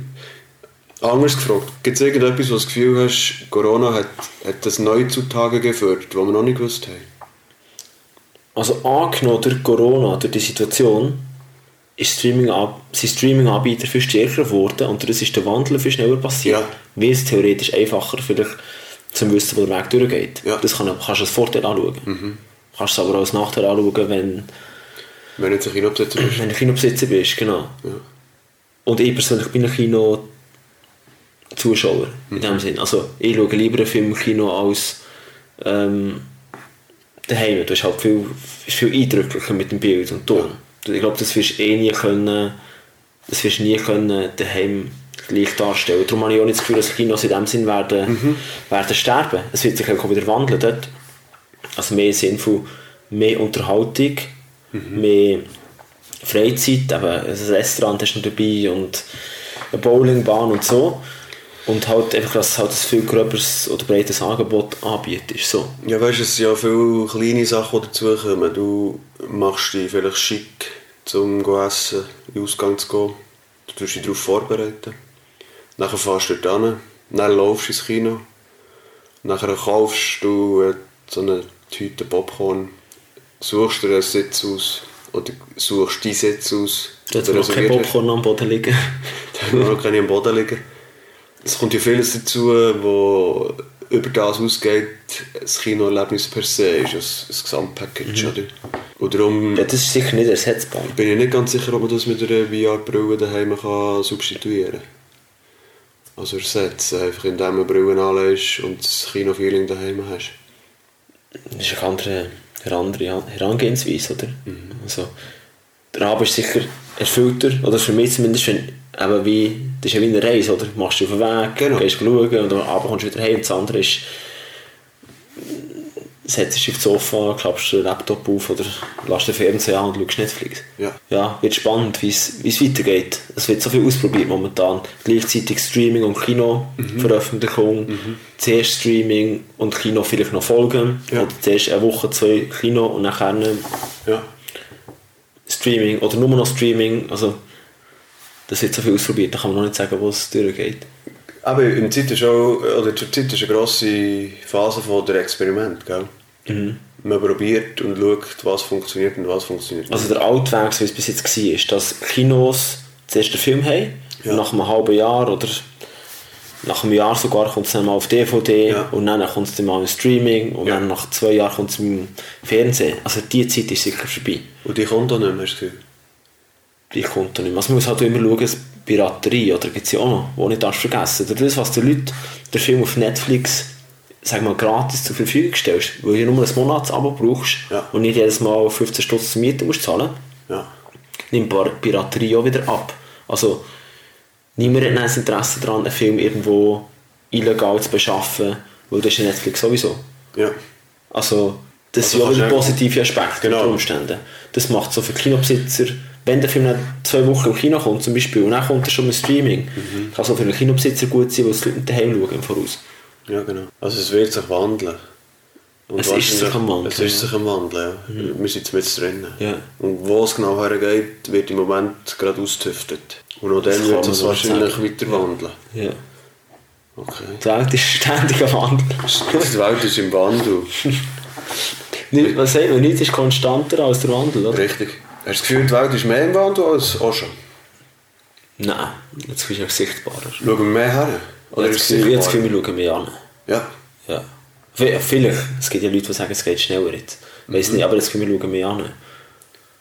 B: Anders gefragt, gibt es irgendetwas, wo du das Gefühl hast, Corona hat, hat das neu zutage geführt, was wir noch nicht gewusst haben?
A: Also angenommen durch Corona, durch die Situation, ist Streaming sind Streaming-Anbieter viel stärker geworden und das ist der Wandel viel schneller passiert.
B: Ja.
A: Weil es theoretisch einfacher vielleicht zum Wissen, wo der Weg durchgeht.
B: Ja. Mhm.
A: Das kann, kannst du als Vorteil anschauen. Kannst es aber auch als Nachteil anschauen, wenn,
B: Wenn du jetzt ein Kinobesitzer bist.
A: wenn du Kinobesitzer bist. Genau. Und ich persönlich bin ein Kino-Zuschauer in dem Sinn. Also ich schaue lieber einen Film im Kino als ähm, daheim. Du hast halt viel, ist viel eindrücklicher mit dem Bild und Ton. Ich glaube, das wirst du eh nie können, das wirst du nie können daheim gleich darstellen. Darum habe ich auch nicht das Gefühl, dass Kinos in dem Sinn werden, werden sterben. Es wird sich auch wieder wandeln dort. Also mehr sinnvoll, mehr Unterhaltung, mehr Freizeit, eben ein Restaurant ist noch dabei und eine Bowlingbahn und so. Und halt einfach, dass es halt ein viel gröberes oder breites Angebot anbietet. ist So.
B: Ja, weißt du, es sind ja viele kleine Sachen, die dazukommen. Du machst dich vielleicht schick, zum zu essen, in den Ausgang zu gehen. Du tust dich darauf vorbereiten. Nachher fährst du dort hin, dann laufst du ins Kino. Nachher kaufst du äh, so eine Tüte Popcorn, suchst dir einen Sitz aus oder suchst deinen Sitz aus.
A: Da hat
B: Oder
A: noch kein
B: reservierst-
A: Popcorn am Boden liegen.
B: dann noch kann ich am Boden liegen. Es kommt ja vieles dazu, wo über das ausgeht, das Kinoerlebnis per se ist, das, das Gesamtpackage, oder? Und darum
A: Ja, das ist sicher nicht ersetzbar.
B: bin ich nicht ganz sicher, ob man das mit einer VR-Brille daheim kann substituieren kann. Also ersetzen, einfach indem man Brillen anlegst und das Kino-Feeling daheim hast.
A: Das ist eine andere, eine andere Herangehensweise, oder? Also, der Abend ist sicher erfüllter, oder für mich zumindest, wenn, eben wie, das ist ja wie eine Reise, oder? Machst du auf den Weg,
B: Genau.
A: gehst schauen und am Abend kommst du wieder heim und das andere ist, setzt dich aufs Sofa, klappst den Laptop auf oder lässt den Fernseher an und schaust Netflix.
B: Ja.
A: Ja, wird spannend, wie es weitergeht. Es wird so viel ausprobiert momentan. Gleichzeitig Streaming und Kino, Veröffentlichung, zuerst Streaming und Kino vielleicht noch folgen.
B: Ja.
A: Oder zuerst eine Woche, zwei Kino und nachher
B: Ja.
A: Streaming oder nur noch Streaming. Also, das wird so viel ausprobiert, da kann man noch nicht sagen, wo es durchgeht.
B: Aber im Zeit ist auch, oder zur Zeit ist eine grosse Phase von der Experiment, gell? Man probiert und schaut, was funktioniert und was funktioniert nicht.
A: Also der alte Weg, so wie es bis jetzt war, ist, dass Kinos zuerst den Film haben,
B: Ja.
A: nach einem halben Jahr oder nach einem Jahr sogar kommt es dann mal auf DVD
B: Ja.
A: und dann kommt es dann mal im Streaming und
B: Ja.
A: dann nach zwei Jahren kommt es im Fernsehen. Also die Zeit ist sicher vorbei.
B: Und die kommt auch nicht mehr, hast du das Gefühl?
A: Die kommt dann nicht mehr. Also man muss halt immer schauen, Piraterie oder gibt es ja auch noch, wo nicht darfst du vergessen. Oder das, was den Leuten der Film auf Netflix sag mal, gratis zur Verfügung stellst, weil du nur ein Monatsabo brauchst
B: Ja.
A: und nicht jedes Mal 15 Stutz zur Miete musst zahlen
B: Ja.
A: nimmt Bar- Piraterie auch wieder ab. Also niemand hat ein Interesse daran, einen Film irgendwo illegal zu beschaffen, weil das ist ja Netflix sowieso.
B: Ja.
A: Also das
B: Also
A: sind auch
B: kannst
A: wieder
B: du-
A: positive Aspekte
B: Genau.
A: unter Umständen. Das macht so für Kinobesitzer, wenn der Film dann zwei Wochen im Kino kommt zum Beispiel und dann kommt er schon mit Streaming,
B: Mhm.
A: kann so für einen Kinobesitzer gut sein, weil es die Leute daheim schauen im Voraus.
B: Ja, genau. Also es wird sich wandeln. Und
A: Es ist
B: wahrscheinlich-
A: sich am Wandeln,
B: Es ist
A: ja. Mhm.
B: sich am Wandeln, ja. Wir sind jetzt mit drin.
A: Ja.
B: Und wo es genau hergeht, wird im Moment gerade ausgetüftet. Und auch dann
A: kann
B: wird
A: man
B: es
A: so
B: wahrscheinlich
A: sagen.
B: weiter wandeln.
A: Ja.
B: Okay.
A: Die Welt ist ständig am Wandel.
B: Die Welt ist im Wandel.
A: Nicht, was sagt man, nichts ist konstanter als der Wandel, oder?
B: Richtig. Hast du das Gefühl, die Welt ist mehr im Wandel als auch schon?
A: Nein, jetzt bist du auch sichtbarer.
B: Schauen wir mehr her? Oder
A: Jetzt
B: ist es
A: fühle ich das
B: sichtbar?
A: Gefühl, wir schauen mich an.
B: Ja.
A: Ja. V- Vielleicht. Es gibt ja Leute, die sagen, es geht schneller jetzt. Weiß nicht, aber das Gefühl, wir schauen mich an.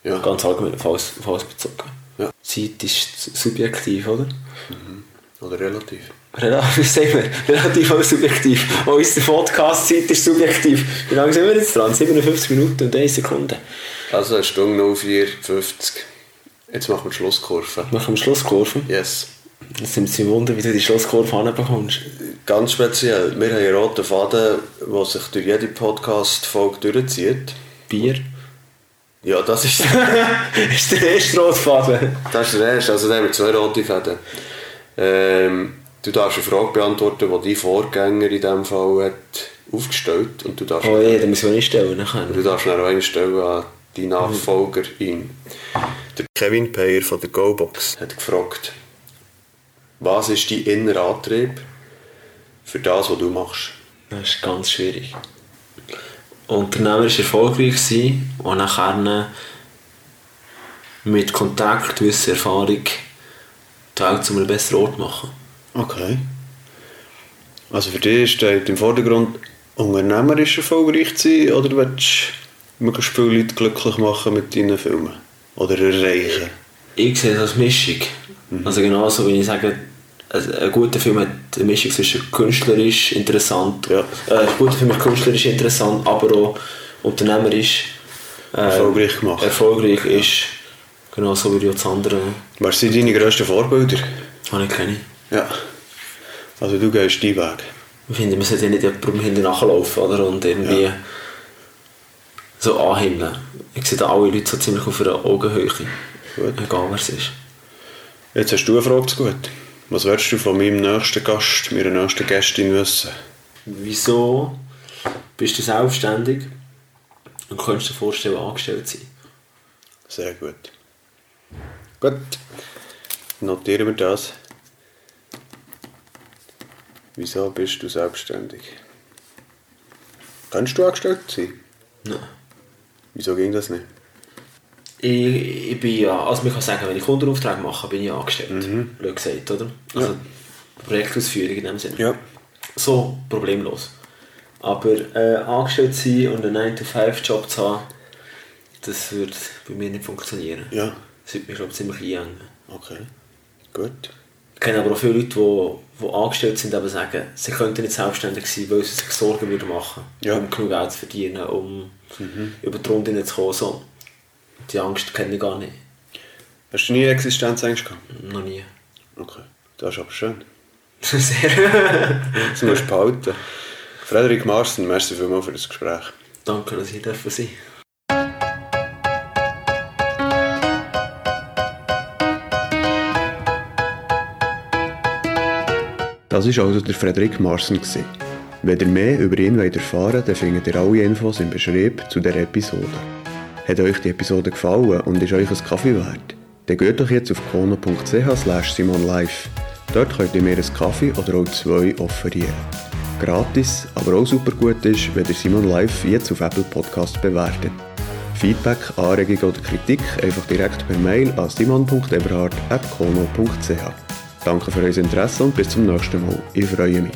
B: Ja.
A: Ganz allgemein, auf alles, auf alles bezogen.
B: Ja.
A: Zeit ist subjektiv, oder?
B: Oder relativ.
A: Relativ, sagen wir, relativ auch subjektiv. Auch unsere Podcast-Zeit ist subjektiv. Wie lange sind wir jetzt dran? 57 Minuten und 1 Sekunde.
B: Also eine Stunde 0450. Jetzt machen wir die Schlusskurve.
A: Wir machen Schlusskurven.
B: Yes.
A: Es nimmt mich Wunder, wie du die Schlusskurve anbekommst.
B: Ganz speziell, wir haben einen roten Faden, der sich durch jede Podcast-Folge durchzieht.
A: Bier.
B: Ja, das ist,
A: ist der erste Rotfaden.
B: das ist der erste. Also da haben wir zwei rote Fäden. Ähm, du darfst eine Frage beantworten, die dein Vorgänger in diesem Fall hat aufgestellt und du darfst,
A: Oh je, den muss man nicht stellen. nachher.
B: du darfst dann auch eine stellen an deinen Nachfolger ihn. Der Kevin Payer von der GoBox hat gefragt, was ist dein innerer Antrieb für das, was du machst?
A: Das ist ganz schwierig. Unternehmerisch erfolgreich sein und nachher mit Kontakt, gewisser Erfahrung die Welt zu einem besseren Ort machen.
B: Okay. Also für dich steht im Vordergrund, unternehmerisch erfolgreich zu sein oder willst du möglichst viele Leute glücklich machen mit deinen Filmen? Oder erreichen?
A: Ich sehe es als Mischung.
B: Mhm.
A: Also genauso wie ich sage, also ein guter Film hat eine Mischung zwischen künstlerisch interessant,
B: Ja.
A: äh, ein guter Film ist künstlerisch interessant, aber auch unternehmerisch äh,
B: Erfolgreich gemacht.
A: Erfolgreich ist genauso wie auch das andere.
B: Was sind deine grössten Vorbilder?
A: Habe ich keine.
B: Ja. Also du gehst deinen Weg.
A: Ich finde, man sollte ja nicht jemandem hinten nachlaufen oder? und irgendwie so anhimmeln. Ich sehe da alle Leute so ziemlich auf einer Augenhöhe.
B: Gut.
A: Egal wer es ist.
B: Jetzt hast du eine Frage zu gut. Was willst du von meinem nächsten Gast, meiner nächsten Gästin wissen?
A: Wieso bist du selbstständig und kannst dir vorstellen, angestellt zu sein?
B: Sehr gut. Gut. Notieren wir das. Wieso bist du selbstständig? Kannst du angestellt sein?
A: Nein.
B: Wieso ging das nicht?
A: Ich, ich bin ja, also man kann sagen, wenn ich Kundenaufträge mache, bin ich angestellt. Mhm. gesagt, oder? Also Projektausführung in dem Sinne.
B: Ja.
A: So, problemlos. Aber äh, angestellt sein und einen 9-to-5-Job zu haben, das würde bei mir nicht funktionieren.
B: Ja.
A: Das würde mich, glaube ich, ziemlich einengen.
B: Okay. Gut.
A: Ich kenne aber auch viele Leute, die, die angestellt sind, aber sagen, sie könnten nicht selbstständig sein, weil sie sich Sorgen würden machen
B: Ja. Mhm.
A: um genug Geld zu verdienen, um über die Runde nicht zu kommen. So. Die Angst kenne ich gar nicht.
B: Hast du nie Existenzängste gehabt?
A: Noch nie.
B: Okay. Das ist aber schön.
A: Sehr.
B: Das musst du behalten. Frederik Marsten, merci vielmals für das Gespräch.
A: Danke, dass ich dürfen sein
D: Das war also der Frederik Marsen. gewesen. Wenn ihr mehr über ihn wollt erfahren wollt, dann findet ihr alle Infos im Beschrieb zu der Episode. Hat euch die Episode gefallen und ist euch ein Kaffee wert? Dann geht doch jetzt auf kono.ch simonlive. Dort könnt ihr mir einen Kaffee oder auch zwei offerieren. Gratis, aber auch super gut ist, wenn ihr Simon Live jetzt auf Apple Podcast bewertet. Feedback, Anregungen oder Kritik einfach direkt per Mail an simon.eberhard.kono.ch. Danke für euer Interesse und bis zum nächsten Mal. Ich freue mich.